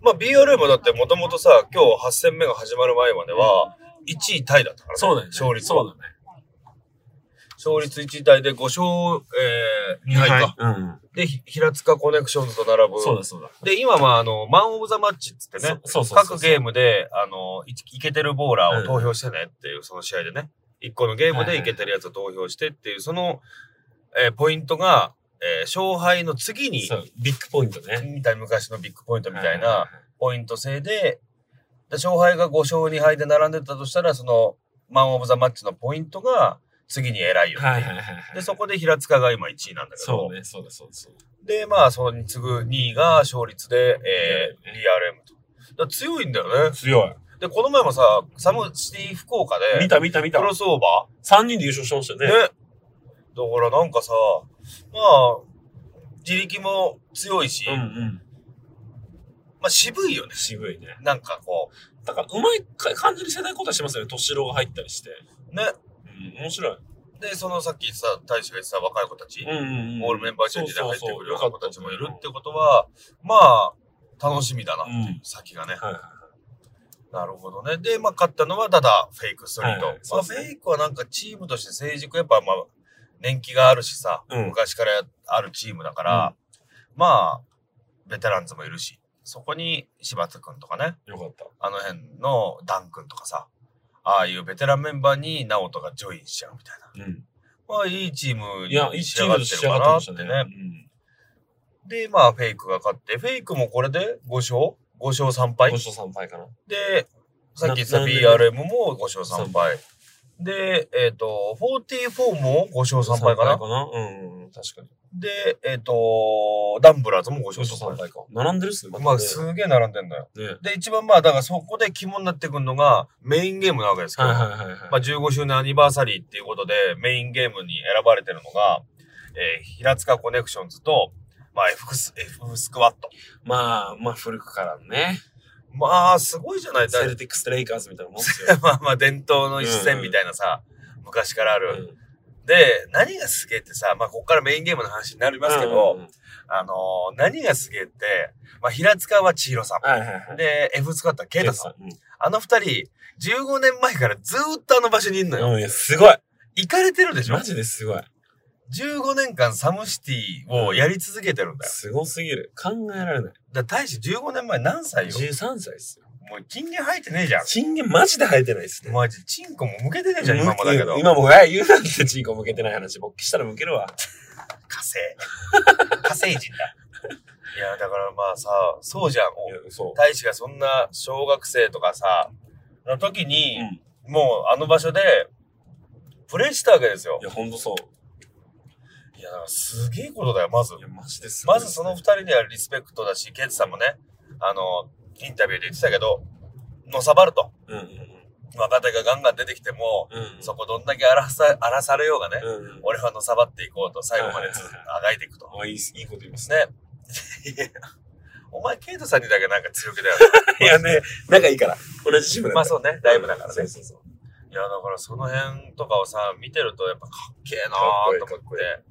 Speaker 2: まあ BRM もだってもともとさ、今日8戦目が始まる前までは、1位タイだったからね。
Speaker 3: そうだよね。
Speaker 2: 勝率
Speaker 3: そ
Speaker 2: は
Speaker 3: うだね。
Speaker 2: 勝率1位タイで5勝、えー、2敗か。
Speaker 3: うん。
Speaker 2: で、ひ平塚コネクションズと並ぶ。
Speaker 3: そうだそうだ。
Speaker 2: で、今は、あの、マン・オブ・ザ・マッチっつってね、
Speaker 3: そそうそうそうそう。
Speaker 2: 各ゲームで、あの、いいけてるボーラーを投票してねっていう、その試合でね、一個のゲームでいけてるやつを投票してっていう、その、えーポイントが、えー勝敗の次に、
Speaker 3: そうビッグポイントね。
Speaker 2: みたいな昔のビッグポイントみたい
Speaker 3: は
Speaker 2: なポイント制で、で勝敗が5勝2敗で並んでたとしたら、その、マン・オブ・ザ・マッチのポイントが次に偉いよっていう。
Speaker 3: はいはいはい。
Speaker 2: で、そこで平塚が今1位なんだけど、
Speaker 3: そうね、そうだそうだそうだ。
Speaker 2: で、まあ、それに次ぐ2位が勝率で、えー、DRM と。だから強いんだよね。
Speaker 4: 強い。
Speaker 2: で、この前もさ、サムシティ福岡
Speaker 4: 見
Speaker 2: で、
Speaker 4: た見た見
Speaker 2: ク
Speaker 4: た。
Speaker 2: ロスオーバ
Speaker 4: 3人で優勝してましたよ
Speaker 2: ーね。
Speaker 4: ね。
Speaker 2: だからなんかさ、まあ、自力も強いし、
Speaker 4: うんうん。
Speaker 2: まあ渋いよね。
Speaker 4: 渋いね。
Speaker 2: なんかこ
Speaker 4: だから、うまいか感じに世代交代してますよね。敏郎が入ったりして。
Speaker 2: う、ね。
Speaker 4: うん、面白い。
Speaker 2: で、そのさっきさ、大使が言ってた若い子たち、
Speaker 4: うんうんうん。
Speaker 2: オールメンバーチェンジで入ってくるような子たちもいるって
Speaker 4: こ
Speaker 2: ことは、まあ、楽しみだな、
Speaker 4: うん。
Speaker 2: 先がね。
Speaker 4: はいはい。
Speaker 2: なるほどね。で、まあ、勝ったのはただフェイクストリート。
Speaker 4: はいはい
Speaker 2: ま
Speaker 4: そ
Speaker 2: あ、フ
Speaker 4: うですね
Speaker 2: ェイクはなんかチームとして成熟、やっぱまあ、年季があるしさ、
Speaker 4: うん
Speaker 2: 昔からあるチームだから、まあ、ベテランズもいるし、そこに柴田くんとかね、
Speaker 4: よかった。
Speaker 2: あの辺のダンくんとかさ、ああいうベテランメンバーに直人がジョインしちゃうみたいな。
Speaker 4: うん。
Speaker 2: まあ、いいチーム
Speaker 4: いや、い
Speaker 2: に
Speaker 4: い
Speaker 2: 仕
Speaker 4: チー
Speaker 2: 上がっ
Speaker 4: ム
Speaker 2: て
Speaker 4: で
Speaker 2: る
Speaker 4: 仕上が
Speaker 2: か
Speaker 4: って
Speaker 2: な
Speaker 4: ま
Speaker 2: っ
Speaker 4: してた
Speaker 2: ね。
Speaker 4: ね。
Speaker 2: で、まあ、フェイクが勝って、フェイクもこれで5勝 ?5 勝3
Speaker 4: うん。
Speaker 2: 敗
Speaker 4: ごちそう3敗かな。
Speaker 2: で、さっき言ってた
Speaker 4: ななんで
Speaker 2: BRM も5勝3敗。で、えっ、と、44も5勝3敗かな。
Speaker 4: うんうんうん。確かに。
Speaker 2: で、えっ、と、ダンブラーズも5
Speaker 4: ごち
Speaker 2: 勝
Speaker 4: そう3
Speaker 2: 3
Speaker 4: 敗
Speaker 2: 敗
Speaker 4: か
Speaker 2: か。。
Speaker 4: 並んでるっすね。
Speaker 2: まあ、
Speaker 4: ね
Speaker 2: すげえ並んでんだよ。
Speaker 4: ね。
Speaker 2: で、一番まあ、だからそこで肝になってくるのがメインゲームなわけですけど、
Speaker 4: はいはいはいはい。
Speaker 2: まあ、15周年アニバーサリーっていうことでメインゲームに選ばれてるのが、えー平塚コネクションズと、まあ F ス、F スクワット。
Speaker 4: まあ、まあ、古くからね。
Speaker 2: まあ、すごいじゃない、
Speaker 4: セ
Speaker 2: だい
Speaker 4: ルティックス・レイカーズみたいなもんですよ。
Speaker 2: まあまあ、伝統の一戦みたいなさ、昔からある。
Speaker 4: うん
Speaker 2: で、何がすげえってさ、まあ、ここからメインゲームの話になりますけど、
Speaker 4: うんうん
Speaker 2: あのー何がすげえって、まあ、平塚は千尋さ
Speaker 4: はいはいは
Speaker 2: ん。
Speaker 4: い。
Speaker 2: で、F 使ったケイタさん。
Speaker 4: ん。
Speaker 2: あの二人、15年前からずーっとあの場所にいんのよ。
Speaker 4: うん、いや、すごい
Speaker 2: 行かれてるでしょ
Speaker 4: マジですごい。
Speaker 2: ?15 年間サムシティをやり続けてるんだよ。
Speaker 4: すごすぎる。考えられない。
Speaker 2: だから大使15年前何歳よ
Speaker 4: 13歳ですよ。
Speaker 2: もう金魚生えてねえじゃん。
Speaker 4: チンゲンマジで生えてないですね。
Speaker 2: マジ、チンコも向けてねえじゃん、今もだけど。
Speaker 4: 今も、え、言うなんてチンコ向けてない話、勃起したら向けるわ。
Speaker 2: 火星。火星人だ。いや、だからまあさ、そうじゃん。
Speaker 4: いやそ
Speaker 2: 大使がそんな小学生とかさ、の時に
Speaker 4: う。、うん。い
Speaker 2: もうあの場所で、プレイしたわけですよ。
Speaker 4: や、ほんとそう。
Speaker 2: いや、だからすげえことだよ、まず
Speaker 4: い。や、マジですごい
Speaker 2: まずその二人にはリスペクトだし、ケイツさんもね、あの、インタビューで言ってたけど、のさばると。
Speaker 4: うんうん
Speaker 2: 若手がガンガン出てきても、
Speaker 4: うん。うん。
Speaker 2: そこどんだけ荒らさ、荒らされようがね、
Speaker 4: うんうん。
Speaker 2: 俺はのさばっていこうと、最後までつ
Speaker 4: はいはい
Speaker 2: あがいていくと。
Speaker 4: あ、いいっす、いいこと言いますね。
Speaker 2: ね。いやお前、ケイトさんにだけなんか強気だよ
Speaker 4: いやね、仲いいから。同じチーム
Speaker 2: ね。
Speaker 4: だから
Speaker 2: まあそうね、ライブだからね。
Speaker 4: そうそうそう。
Speaker 2: いや、だからその辺とかをさ、見てるとやっぱかっけえなーと
Speaker 4: か
Speaker 2: 思
Speaker 4: っ
Speaker 2: っ
Speaker 4: こいい
Speaker 2: て、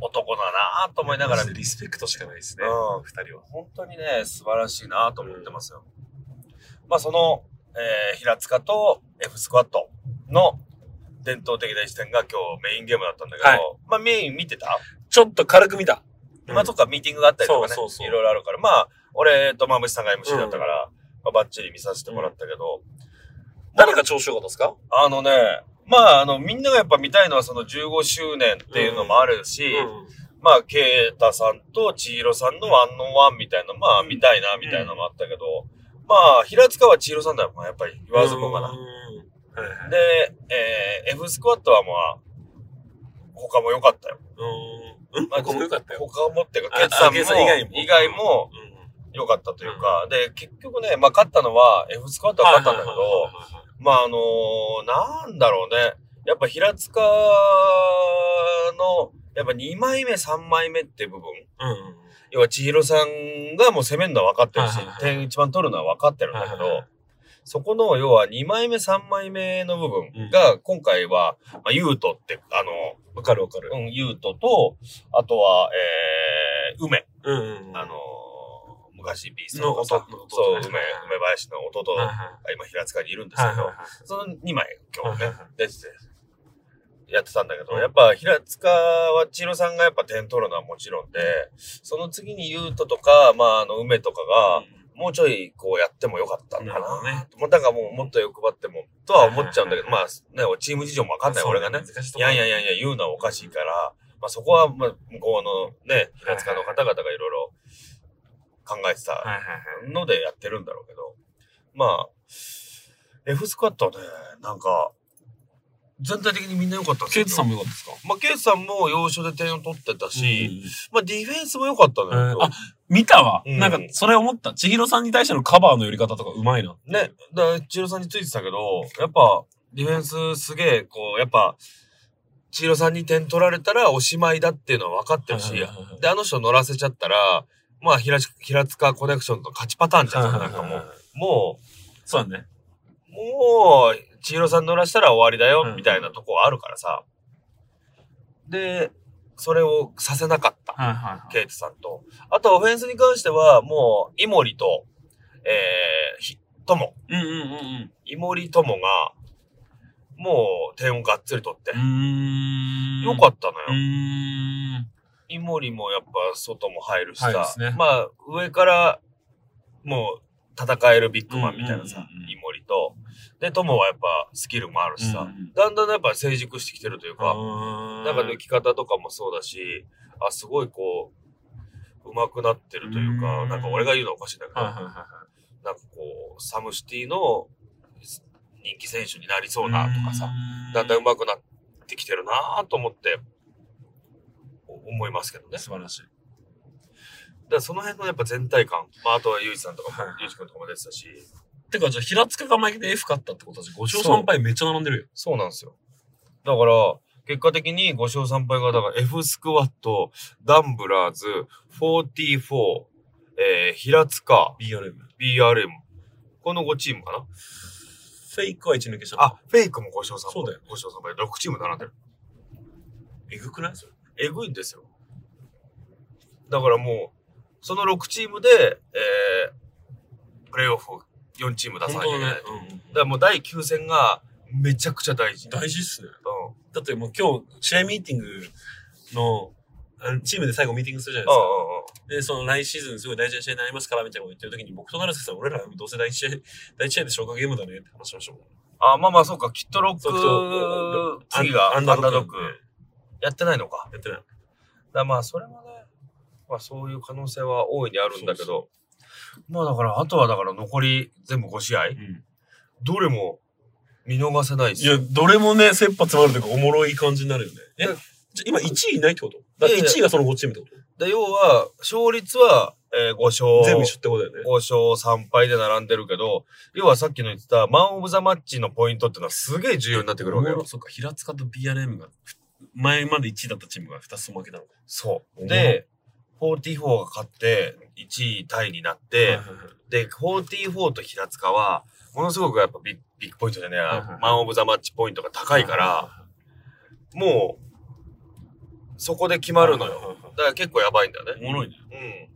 Speaker 2: 男だなーと思いながら、
Speaker 4: マ
Speaker 2: う
Speaker 4: ジでリスペクトしかないですね。
Speaker 2: ん、
Speaker 4: 二人は。
Speaker 2: 本当にね、素晴らしいなーと思ってますよ。まあその、えー、平塚と F スクワットの伝統的な一戦が今日メインゲームだったんだけど、
Speaker 4: はい
Speaker 2: まあメイン見てた、
Speaker 4: ちょっと軽く見た。うん
Speaker 2: まあそっか、ミーティングがあったりとかね、
Speaker 4: そうそうそう
Speaker 2: いろいろあるから、まあ、俺とまぶしさんが MC だったから、まあ、バッチリ見させてもらったけど、
Speaker 4: 誰が調子良かったですか
Speaker 2: あのね、まあ、あの、みんながやっぱ見たいのはその15周年っていうのもあるし、まあ、ケイタさんと千尋さんのワンオンワンみたいな、まあ、見たいな、みたいなのもあったけど、まあ、平塚は千尋さんだよ、まあ、やっぱり言わずもがな。
Speaker 4: な。はいはい。
Speaker 2: で、えー、F スクワットはまあ、他も良かったよ。
Speaker 4: うん。うん。
Speaker 2: まあ
Speaker 4: ここも良かったよ。
Speaker 2: 他もっていうか、ケ
Speaker 4: あ
Speaker 2: イタさん
Speaker 4: あ
Speaker 2: も
Speaker 4: ケイタさん以外も
Speaker 2: 以外も良かったというか、で、結局ね、まあ、勝ったのは F スクワットは勝ったんだけど、まああのーなんだろうね。やっぱ平塚の、やっぱ2枚目、3枚目って部分。
Speaker 4: うんうん。
Speaker 2: 要は千尋さんがもう攻めるのは分かってるし
Speaker 4: はいはいは、い
Speaker 2: 点一番取るのは分かってるんだけ
Speaker 4: はいはい
Speaker 2: ど、そこの要は2枚目、3枚目の部分が、今回は、まあ、ユートって、あの、
Speaker 4: わかるわかる。
Speaker 2: うん、ユートと、あとは、えー、梅、
Speaker 4: うんうんうん。
Speaker 2: あのー昔ビーストのさ
Speaker 4: の弟の弟
Speaker 2: そう、
Speaker 4: はい
Speaker 2: 梅、
Speaker 4: はい
Speaker 2: 梅林の弟
Speaker 4: はい
Speaker 2: が
Speaker 4: は
Speaker 2: 今平塚にいるんで
Speaker 4: い
Speaker 2: す
Speaker 4: はい
Speaker 2: けど
Speaker 4: は、い
Speaker 2: その2枚、今日ね
Speaker 4: はいはい、
Speaker 2: 出てて。やってたんだけど、
Speaker 4: うん
Speaker 2: やっぱ平塚は千尋さんがやっぱ点取るのはもちろんで、その次に優斗とか、まあ、あの、梅とかが、もうちょいこうやってもよかったんだ
Speaker 4: なるほ
Speaker 2: な。
Speaker 4: どね
Speaker 2: もうだからもうもっと欲張っても、とは思っちゃうんだけど、まあ、ね、チーム事情もわかんない、俺がね。
Speaker 4: 難しいと
Speaker 2: い
Speaker 4: ころ
Speaker 2: やいやいやいや、言うのはおかしいから、まあそこは、まあ、向こうのね、平塚の方々がいろいろ考えて
Speaker 4: はい
Speaker 2: た
Speaker 4: はいはい。
Speaker 2: のでやってるんだろうけど、まあ、F スクワットはね、なんか、全体的にみんな良かったんです
Speaker 3: ケ
Speaker 2: よ
Speaker 3: イトさんもよかったですか
Speaker 2: まあ、ケイツさんも要所で点を取ってたし、
Speaker 3: うん
Speaker 2: まあ、ディフェンスも良かったんだけど、
Speaker 3: うんあ見たわ。
Speaker 2: うん
Speaker 3: なんか、それ思った。千尋さんに対してのカバーの寄り方とかうまいな。
Speaker 2: ね、だから、千尋さんについてたけど、やっぱ、ディフェンスすげえ、こう、やっぱ、千尋さんに点取られたらおしまいだっていうのは分かってるし
Speaker 3: はいはいはいは、い
Speaker 2: で、あの人乗らせちゃったら、まあ、平し平塚コネクションの勝ちパターンじゃん、なんかもう、も
Speaker 3: そうだね。
Speaker 2: う、もう、千尋さん乗らせたら終わりだ
Speaker 3: う
Speaker 2: よ、
Speaker 3: ん
Speaker 2: みたいなとこあるからさ。で、それをさせなかった。
Speaker 3: はいはい
Speaker 2: ケイトさんと。あと、オフェンスに関しては、もう、イモリと、えー、ひ、とも、
Speaker 3: はい。うんうんうん
Speaker 2: イモリともが、もう、点をがっつり取って、
Speaker 3: うん。
Speaker 2: よか
Speaker 3: っ
Speaker 2: ったの
Speaker 3: う
Speaker 2: よ。
Speaker 3: ーん。
Speaker 2: イモリもやっぱ、外も入るしさ、
Speaker 3: 入るっすね
Speaker 2: まあ、上から、もう、戦えるビッグマンみたいな
Speaker 3: うん
Speaker 2: さ
Speaker 3: うんうんう、ん
Speaker 2: イモリと、で、ともはやっぱ、スキルもあるしさ、
Speaker 3: うんうん
Speaker 2: だんだんやっぱ成熟してきてるというか、な
Speaker 3: なん
Speaker 2: か抜き方とかもそうだし、あ、すごいこう、上手くなってるというか、
Speaker 3: うん
Speaker 2: なんか俺が言うのはおかしいんだけど、
Speaker 3: はいはい
Speaker 2: なん
Speaker 3: は
Speaker 2: か
Speaker 3: いはい。
Speaker 2: こう、サムシティの人気選手になりそうなとかさ、
Speaker 3: うーん
Speaker 2: だんだん上手くなってきてるなと思って、お思いますけどね。だ
Speaker 3: 素晴らしい。
Speaker 2: からその辺のやっぱ全体感、まああとはユージさんとか
Speaker 3: はい
Speaker 2: も
Speaker 3: は、い
Speaker 2: ユージ君とかも出てたし、
Speaker 3: てか、じゃあ、平塚が負けて F 勝ったってことは、5勝
Speaker 2: そう
Speaker 3: 3敗めっちゃ並んでるよ。
Speaker 2: そうなんですよ。だから、結果的に5勝3敗が、だから F スクワット、ダンブラーズ、44、えー、平塚、
Speaker 3: BRM。
Speaker 2: BRM。この5チームかな
Speaker 3: フェイクは1抜けした。
Speaker 2: あ、、フェイクも5勝3敗。
Speaker 3: そうだよ
Speaker 2: 5勝3敗。6チーム並んでる。
Speaker 3: えぐくないそれ。
Speaker 2: えぐいんですよ。だからもう、その6チームで、えー、プレイオフ4チーム出さなきゃいけない。だか
Speaker 3: 本当だね。
Speaker 2: らもう第9戦がめちゃくちゃ大
Speaker 3: う
Speaker 2: 事。
Speaker 3: ん。大事っすね。
Speaker 2: うん。
Speaker 3: だってもう今日、試合ミーティングの、あのチームで最後ミーティングするじゃない
Speaker 2: うん
Speaker 3: で
Speaker 2: う
Speaker 3: す
Speaker 2: ん
Speaker 3: か。
Speaker 2: うん。
Speaker 3: で、その来シーズンすごい大事な試合になりますから、みたいなこと言ってる時に、僕と成瀬さん、俺らどうせ第一試合、第一試合で消化ゲームだねって話しましたもん。
Speaker 2: あ、まあまあ、そうか、キットロッ
Speaker 3: そう
Speaker 2: ク、
Speaker 3: そう
Speaker 2: 次がアンダード
Speaker 3: ド
Speaker 2: ッ
Speaker 3: ッ
Speaker 2: ク
Speaker 3: ク、
Speaker 2: やってないのか。
Speaker 3: やってない。
Speaker 2: だからまあ、それもね、まあ、そういう可能性は大いにあるんだけど、まあ、だから、あとはだから、残り全部5試合、
Speaker 3: ん。
Speaker 2: どれも見逃せない
Speaker 3: い
Speaker 2: し、
Speaker 3: や、どれもね、切羽詰まるというか、おもろい感じになるよね。え
Speaker 2: うん、
Speaker 3: じゃ今1位いないってことだって1位がその5チームってこと
Speaker 2: で要は、勝率は、えー5勝、
Speaker 3: 全部一緒ってことだよね。
Speaker 2: 5勝3敗で並んでるけど、要はさっきの言ってた、マン・オブ・ザ・マッチのポイントってのはすげえ重要になってくるわけ
Speaker 3: おも
Speaker 2: よ
Speaker 3: ろ。そうか、平塚と BRM が、ふ前まで1位だったチームが2つとも負けたのか。
Speaker 2: そう。
Speaker 3: おもろ
Speaker 2: で、44が勝って、1位タイになって、で、44と平塚は、ものすごくやっぱビッビッグポイントじゃねえ
Speaker 3: はいはいは
Speaker 2: や
Speaker 3: い、
Speaker 2: マン・オブ・ザ・マッチポイントが高いから、もう、そこで決ま
Speaker 3: あ
Speaker 2: るのよ。。だから結構やばいんだよ
Speaker 3: お
Speaker 2: ね。
Speaker 3: もろいね。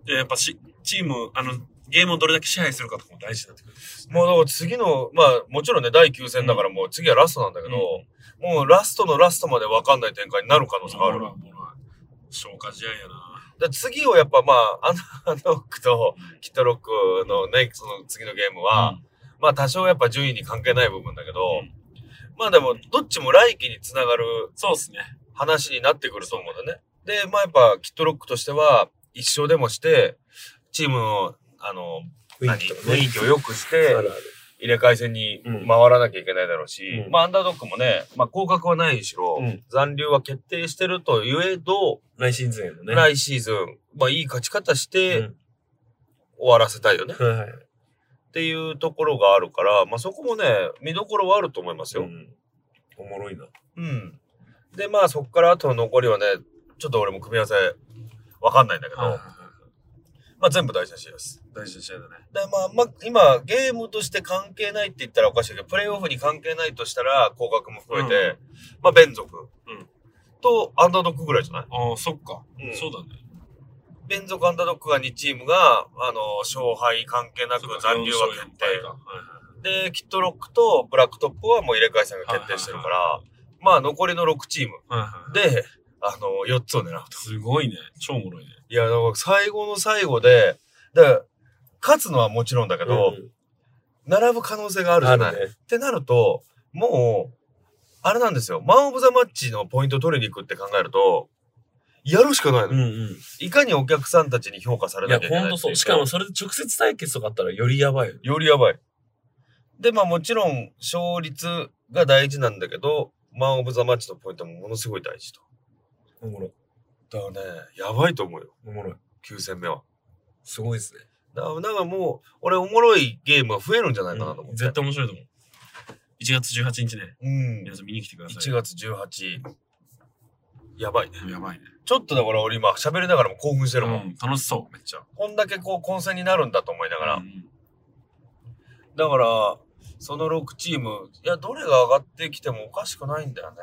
Speaker 2: うん。
Speaker 3: で、やっぱし、チーム、あの、ゲームをどれだけ支配するかとかも大事になってくる。
Speaker 2: もうだから次の、まあもちろんね、第9戦だからもう次はラストなんだけど、もうラストのラストまで分かんない展開になる可能性がある。だか
Speaker 3: おもろいおもろい消化試合やな。
Speaker 2: ら次をやっぱまあ、アンダードックとキットロックのね、その次のゲームは、まあ多少やっぱ順位に関係ない部分だけど、
Speaker 3: うん
Speaker 2: まあでもどっちも来季につながる
Speaker 3: そうですね。
Speaker 2: 話になってくると思うんだね。で、まあやっぱキットロックとしては一勝でもして、チームの、あの、何雰囲気を良くして、入れ替え戦に
Speaker 3: うん
Speaker 2: 回らなきゃいけないだろうし、
Speaker 3: うん
Speaker 2: まあアンダードックもね、まあ降格はないにしろ、
Speaker 3: うん
Speaker 2: 残留は決定してると言えど、
Speaker 3: 来シーズンへのね。
Speaker 2: 来シーズン、まあいい勝ち方して、
Speaker 3: うん
Speaker 2: 終わらせたいよね。
Speaker 3: はいはい。
Speaker 2: っていうところがあるから、まあそこもね、見どころはあると思いますよ。
Speaker 3: うんおもろいな。
Speaker 2: うん。で、まあそこからあとの残りはね、ちょっと俺も組み合わせわかんないんだけど、まあ全部大事な試合です。
Speaker 3: 大事な試合だね。
Speaker 2: で、まあ、まあ、今、ゲームとして関係ないって言ったらおかしいけど、プレイオフに関係ないとしたら、降格も含めて、まあ、ベン族、
Speaker 3: うん
Speaker 2: とアンダードックぐらいじゃない、
Speaker 3: ああ、そっか。
Speaker 2: うん
Speaker 3: そうだね。
Speaker 2: ベン族、アンダードックが2チームが、あの、勝敗関係なく残留は決
Speaker 3: そうか四勝四敗か
Speaker 2: 定。で、キットロックとブラックトップはもう入れ替え戦が決定してるから、まあ残りの6チーム
Speaker 3: はいはい。
Speaker 2: で、あの、4つを狙うと。
Speaker 3: すごいね。超おもろいね。
Speaker 2: いや、だから最後の最後で、だから、勝つのはもちろんだけど、並ぶ可能性があるじゃない。
Speaker 4: ね。
Speaker 2: ってなると、もう、あれなんですよ。マン・オブ・ザ・マッチのポイント取りに行くって考えると、やるしかないの。
Speaker 4: うんうん。
Speaker 2: いかにお客さんたちに評価され
Speaker 3: い
Speaker 2: な
Speaker 3: や、
Speaker 2: きゃいけない
Speaker 3: ほ
Speaker 2: っていう
Speaker 3: んとそう。しかも、それで直接対決とかあったらよりやばいよね。
Speaker 2: よりやばい。で、まあもちろん、勝率が大事なんだけど、マン・オブ・ザ・マッチのポイントもものすごい大事と。
Speaker 4: おもろい。
Speaker 2: だからね、やばいと思うよ。
Speaker 4: おもろい。
Speaker 2: 9戦目は。
Speaker 4: すごいですね。
Speaker 2: だからなんかもう、俺おもろいゲームが増えるんじゃないかなと思って。
Speaker 3: 絶対面白いと思う。1月18日ね。
Speaker 2: うん。
Speaker 3: 皆さん見に来てください。
Speaker 2: 1月18。やばいね。
Speaker 3: やばいね。
Speaker 2: ちょっとだから俺今喋りながらも興奮してるもん。
Speaker 3: うん楽しそう、めっちゃ。
Speaker 2: こんだけこう混戦になるんだと思いながら。
Speaker 3: うん
Speaker 2: だから、その6チーム、いや、どれが上がってきてもおかしくないんだよね。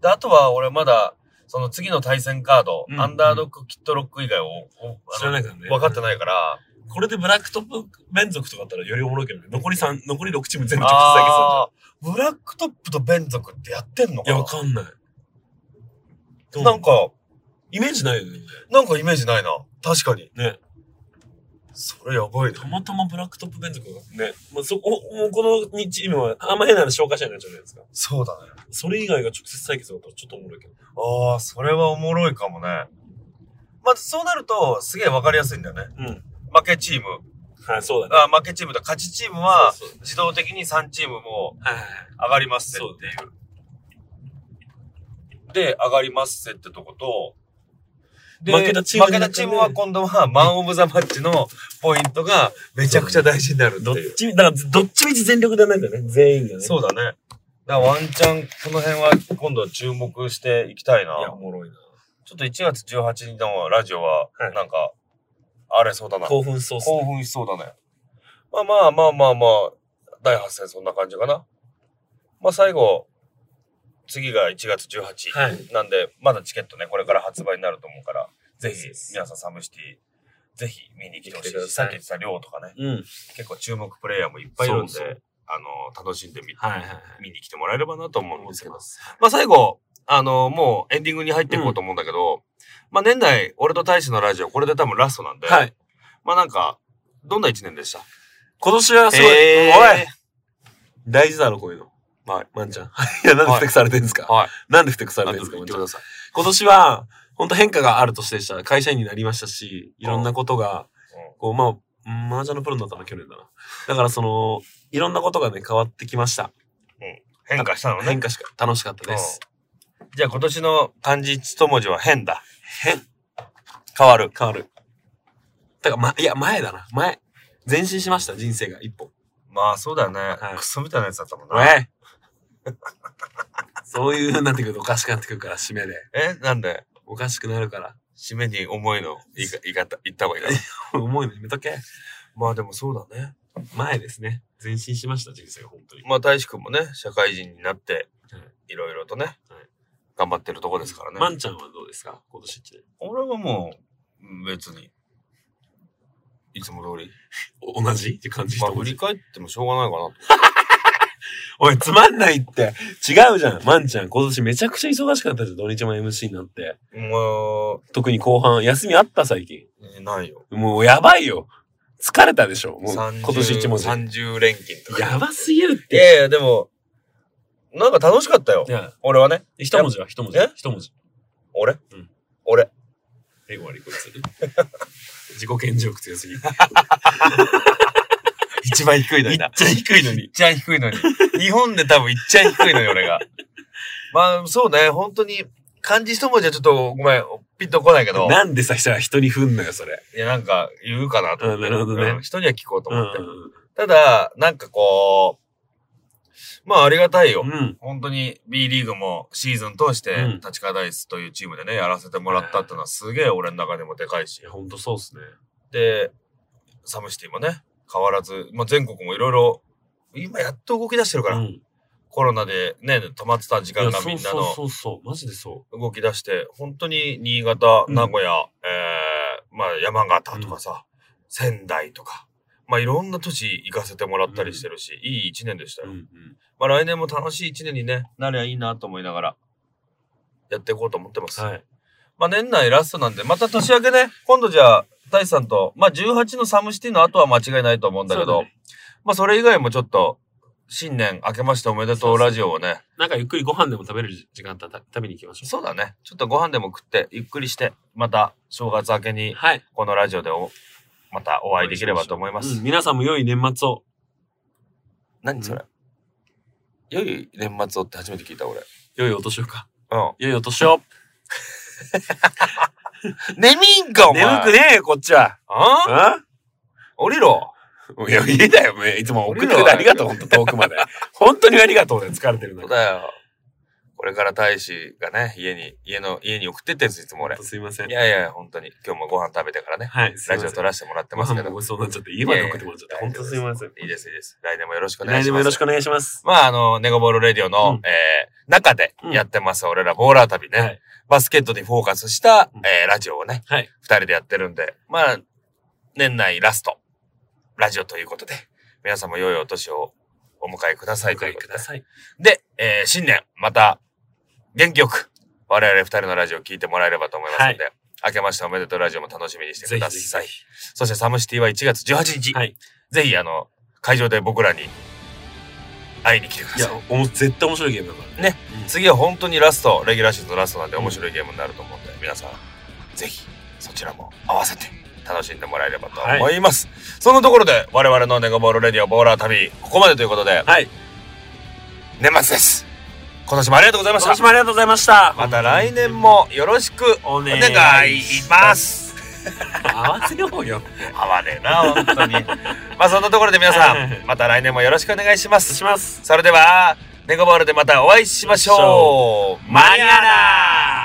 Speaker 2: で、あとは俺まだ、その次の対戦カード、
Speaker 3: うん
Speaker 2: アンダードック、キットロック以外を、おあの
Speaker 3: 知らないからね。
Speaker 2: 分かって
Speaker 3: い。
Speaker 2: ないから。
Speaker 3: これでブラックトップ連続とかあったらよりおもろいけどね。残り三残り6チーム全部直接対決す
Speaker 2: あー
Speaker 3: るじゃん
Speaker 2: ブラックトップとベン族ってやってんの
Speaker 3: い
Speaker 2: か
Speaker 3: や、
Speaker 2: な
Speaker 3: わかんない。どう
Speaker 2: なんか、
Speaker 3: イメージないよね。
Speaker 2: なんかイメージないな。確かに。
Speaker 3: ね。
Speaker 2: それやばいね
Speaker 3: た。またまブラックトップ連続が。ね。まあ、そこ、もうこの2チームは、あんま変なの紹介者になっちゃうじゃないですか。
Speaker 2: そうだね。
Speaker 3: それ以外が直接対決だったらちょっとおもろいけど。
Speaker 2: ああ、それはおもろいかもね。まあ、そうなると、すげえわかりやすいんだよね。
Speaker 3: うん。
Speaker 2: 負けチーム。
Speaker 3: はい、そうだね。
Speaker 2: あ負けチームと勝ちチームは、
Speaker 3: そうそう
Speaker 2: 自動的に3チームも
Speaker 3: はいはいはい。
Speaker 2: 上がります
Speaker 3: そう
Speaker 2: っていう。で、上がりますせってとこと、で
Speaker 3: 負けたチーム
Speaker 2: 負けたチームは今度は、マン・オブ・ザ・マッチのポイントがめちゃくちゃ大事になるって
Speaker 3: どっ
Speaker 2: いう。
Speaker 3: ち、だからどっちみち全力ではないんだよね。全員がね。
Speaker 2: そうだね。だからワンチャン、この辺は今度注目していきたいな。
Speaker 3: いや、おもろいな。
Speaker 2: ちょっと1月18日のラジオは
Speaker 3: は、い
Speaker 2: なんか、あれそうだな。
Speaker 3: 興奮そうっすね。
Speaker 2: 興奮しそうだね。まあまあまあまあまあ、第8戦そんな感じかな。まあ最後、次が1月18
Speaker 3: はい。
Speaker 2: なんで、まだチケットね、これから発売になると思うから、ぜひ
Speaker 3: そうです、
Speaker 2: 皆さんサムシティ、ぜひ見に来てほしい
Speaker 3: 来てくだ
Speaker 2: し、さ
Speaker 3: さい
Speaker 2: っき言ってた量とかね、
Speaker 3: うん。
Speaker 2: 結構注目プレイヤーもいっぱいいるんで、
Speaker 3: そうそう
Speaker 2: あの、楽しんでみ、
Speaker 3: はいはいはい。
Speaker 2: 見に来てもらえればなと思うん
Speaker 3: 思
Speaker 2: で
Speaker 3: っ
Speaker 2: す
Speaker 3: て
Speaker 2: けど
Speaker 3: ま。す。
Speaker 2: まあ最後、あの、もうエンディングに入っていこうと思うんだけど、まあ年内、俺と大使のラジオ、これで多分ラストなんで、
Speaker 3: はい。
Speaker 2: まあなんか、どんな一年でした
Speaker 3: 今年はすごい、
Speaker 2: えー
Speaker 3: おい大事だろ、こういうの。
Speaker 2: はい。
Speaker 3: まんちゃん。 いや、なんでふてくされてんですか、
Speaker 2: はい。
Speaker 3: なんでふてくされ
Speaker 2: あ
Speaker 3: てん
Speaker 2: と
Speaker 3: ですか、
Speaker 2: 言
Speaker 3: ま
Speaker 2: っ
Speaker 3: ん
Speaker 2: て
Speaker 3: ちゃ
Speaker 2: く
Speaker 3: ん
Speaker 2: ださい。
Speaker 3: 今年は、本当変化がある年でした。会社員になりましたし、いろんなことが、こう、まあ、うん麻雀のプロになったの去年だな。だからその、いろんなことがね、変わってきました。
Speaker 2: 変化したのね
Speaker 3: 変。化しか、楽しかったです。
Speaker 2: じゃあ今年の漢字一文字は変だ。変。変わる。
Speaker 3: 変わる。だから、ま、いや、前だな。前。前進しました、人生が、一歩。
Speaker 2: まあそうだよね。
Speaker 3: い
Speaker 2: クソみたいなやつだったもん
Speaker 3: お
Speaker 2: な。
Speaker 3: い そういう風になってくるとおかしくなってくるから、締めで。
Speaker 2: え、なんで
Speaker 3: おかしくなるから。
Speaker 2: 締めに重いの言いか言い方、言った方がいい かな。
Speaker 3: 重いのやめとけ。
Speaker 2: まあでもそうだね。
Speaker 3: 前ですね。前進しました、人生が、本当に。
Speaker 2: まあ大志くんもね、社会人になって
Speaker 3: は
Speaker 2: い
Speaker 3: い、
Speaker 2: ろいろとね
Speaker 3: はい、
Speaker 2: 頑張ってるとこですからね。
Speaker 3: まんちゃんはどうですか今年一年。
Speaker 2: 俺はもう、うん別に、いつも通り。
Speaker 3: お同じって感じ
Speaker 2: ま
Speaker 3: 人
Speaker 2: あ振
Speaker 3: も
Speaker 2: り返ってもしょうがないかなと。
Speaker 3: おい、つまんないって。違うじゃん。まんちゃん、今年めちゃくちゃ忙しかったじゃん。土日も MC になって。
Speaker 2: も
Speaker 3: 特に後半、休みあった最近。
Speaker 2: う、ないよ。
Speaker 3: もうやばいよ。疲れたでしょもう今
Speaker 2: 30
Speaker 3: 年一文字。
Speaker 2: 30連勤とか。
Speaker 3: やばすぎるっ
Speaker 2: い
Speaker 3: て。
Speaker 2: やいや、でも、なんか楽しかったよ
Speaker 3: い。や、
Speaker 2: 俺はね。
Speaker 3: 一文字は一文字
Speaker 2: え。
Speaker 3: 一文字。
Speaker 2: 俺、
Speaker 3: ん
Speaker 2: 俺。
Speaker 3: え、終わり、こいつ。 自己顕示欲強すぎ。めっ
Speaker 2: 一番低いのに
Speaker 3: ち
Speaker 2: な
Speaker 3: ゃ。低いのに。
Speaker 2: 一番低いのに。日本で多分一番低いのに、俺が。まあ、そうね、本当に、漢字一文字はちょっと、ごめん、ピンとこないけど、
Speaker 3: なんでさ、人に振んのよ、それ。
Speaker 2: いや、なんか言うかなと思って。
Speaker 3: うんなるほどね
Speaker 2: うん人には聞こうと
Speaker 3: うん
Speaker 2: 思って。ただ、なんかこう、まあ、ありがたいよ。
Speaker 3: うんうん。うん。
Speaker 2: 本当に B リーグもシーズン通して
Speaker 3: うん、
Speaker 2: 立川ダイスというチームでね、やらせてもらったってのはすげえ俺の中でもでかいし
Speaker 3: いや、。ほんとそうっすね。
Speaker 2: で、サムシティもね、変わらず、まあ、全国もいろいろ、今やっと動き出してるから、
Speaker 3: うん。
Speaker 2: コロナでね、止まってた時
Speaker 3: い
Speaker 2: 間
Speaker 3: や
Speaker 2: が
Speaker 3: そ
Speaker 2: み
Speaker 3: うん
Speaker 2: な
Speaker 3: そうそ
Speaker 2: の
Speaker 3: うそう。マジでそう。
Speaker 2: 動き出して、本当に新潟、
Speaker 3: うん
Speaker 2: 名古屋、えー、まあ山形とかさ、仙台とか、まあいろんな都市行かせてもらったりしてるし、いい一年でしたよ。
Speaker 3: うんうん、
Speaker 2: まあ来年も楽しい一年にね、なりゃいいなと思いながら、やっていこうと思ってます。
Speaker 3: はい。
Speaker 2: まあ年内ラストなんで、また年明けね、今度じゃあ、大志さんと、まあ18のサムシティの後は間違いないと思うんだけ
Speaker 3: そ
Speaker 2: ど、
Speaker 3: うだね
Speaker 2: まあそれ以外もちょっと、新年明けましておめでとうラジオをね、
Speaker 3: なんかゆっくりご飯でも食べる時間あったら食べに行きましょ
Speaker 2: そうだね、ちょっとご飯でも食って、ゆっくりして、また正月明け
Speaker 3: う。
Speaker 2: に、
Speaker 3: はい。
Speaker 2: このラジオでお、またお会いできればと思います。
Speaker 3: うん皆さんも良い年末を。
Speaker 2: 何それ、良い年末をって初めて聞いた俺。
Speaker 3: 良いお年をか。
Speaker 2: うん。
Speaker 3: 良いお年を。
Speaker 2: 眠いんかお前
Speaker 3: 眠くねえよ、こっちは。
Speaker 2: あ
Speaker 3: あ
Speaker 2: 降りろ
Speaker 3: いや、いいだよ、もういつも送ってくれてありがとう、ほんと遠くまで。本当にありがとうね、疲れてる
Speaker 2: そう
Speaker 3: 中。
Speaker 2: だよ。これから大使がね、家に、家の、家に送ってってんです、いつも俺
Speaker 3: ほんと。すいません
Speaker 2: い。やいや、本当に。今日もご飯食べてからね、
Speaker 3: はい、すい
Speaker 2: ラジ
Speaker 3: ませ
Speaker 2: オ
Speaker 3: ん。
Speaker 2: 撮らせてもらって
Speaker 3: ご
Speaker 2: ますけ
Speaker 3: 飯
Speaker 2: ど。
Speaker 3: も
Speaker 2: い
Speaker 3: ごちそうになっちゃって、家まで送ってもらっちゃって、ほんとすいません。
Speaker 2: いです、いいです。来年もよろしくお願い
Speaker 3: 来
Speaker 2: し
Speaker 3: 年も
Speaker 2: ま
Speaker 3: よろ
Speaker 2: す
Speaker 3: し。くお願いします。
Speaker 2: まあ、あの、ネゴボールレディオの、
Speaker 3: うん
Speaker 2: えー、中でやってます、俺らボーラー旅ね、
Speaker 3: はい
Speaker 2: バスケットにフォーカスした、
Speaker 3: うん
Speaker 2: えー、ラジオをね、
Speaker 3: はい
Speaker 2: 二人でやってるんで、まあ、年内ラスト、ラジオということで、皆様良いお年をお迎えくださ
Speaker 3: お
Speaker 2: いとい
Speaker 3: 迎
Speaker 2: う
Speaker 3: え
Speaker 2: こ
Speaker 3: く
Speaker 2: とで
Speaker 3: だ。さい。
Speaker 2: で、えー新年、また、元気よく、我々二人のラジオを聞いてもらえればと思いますので、明けましておめでとうラジオも楽しみにしてく
Speaker 3: ぜ
Speaker 2: だ
Speaker 3: ひ
Speaker 2: さ
Speaker 3: ぜ
Speaker 2: い。
Speaker 3: ひぜ
Speaker 2: そしてサムシティは1月18日、
Speaker 3: ひ。はい。
Speaker 2: ぜひ、あの、会場で僕らに会いに来てく
Speaker 3: い
Speaker 2: だ
Speaker 3: や
Speaker 2: さい。、
Speaker 3: おも絶対面白いゲームだからね。
Speaker 2: ね次は本当にラスト、レギュラーシーズンのラストなんで面白いゲームになると思うんで、皆さん、ぜひ、そちらも合わせて楽しんでもらえればと思います。そのところで、我々のネゴボールレディオボーラー旅、ここまでということで、
Speaker 3: はい。
Speaker 2: 年末です。今年もありがとうございました
Speaker 3: 今。年もありがとうございました。
Speaker 2: また来年もよろしく
Speaker 3: お。
Speaker 2: お願いしますす。
Speaker 3: 合わせようよ。
Speaker 2: 合わねえな、本当に。 まあそんなところで皆さん、また来年もよろしくお願いしま
Speaker 3: し
Speaker 2: す。
Speaker 3: ます。
Speaker 2: それでは、ネゴボールでまたお会いしましょう。マニアラー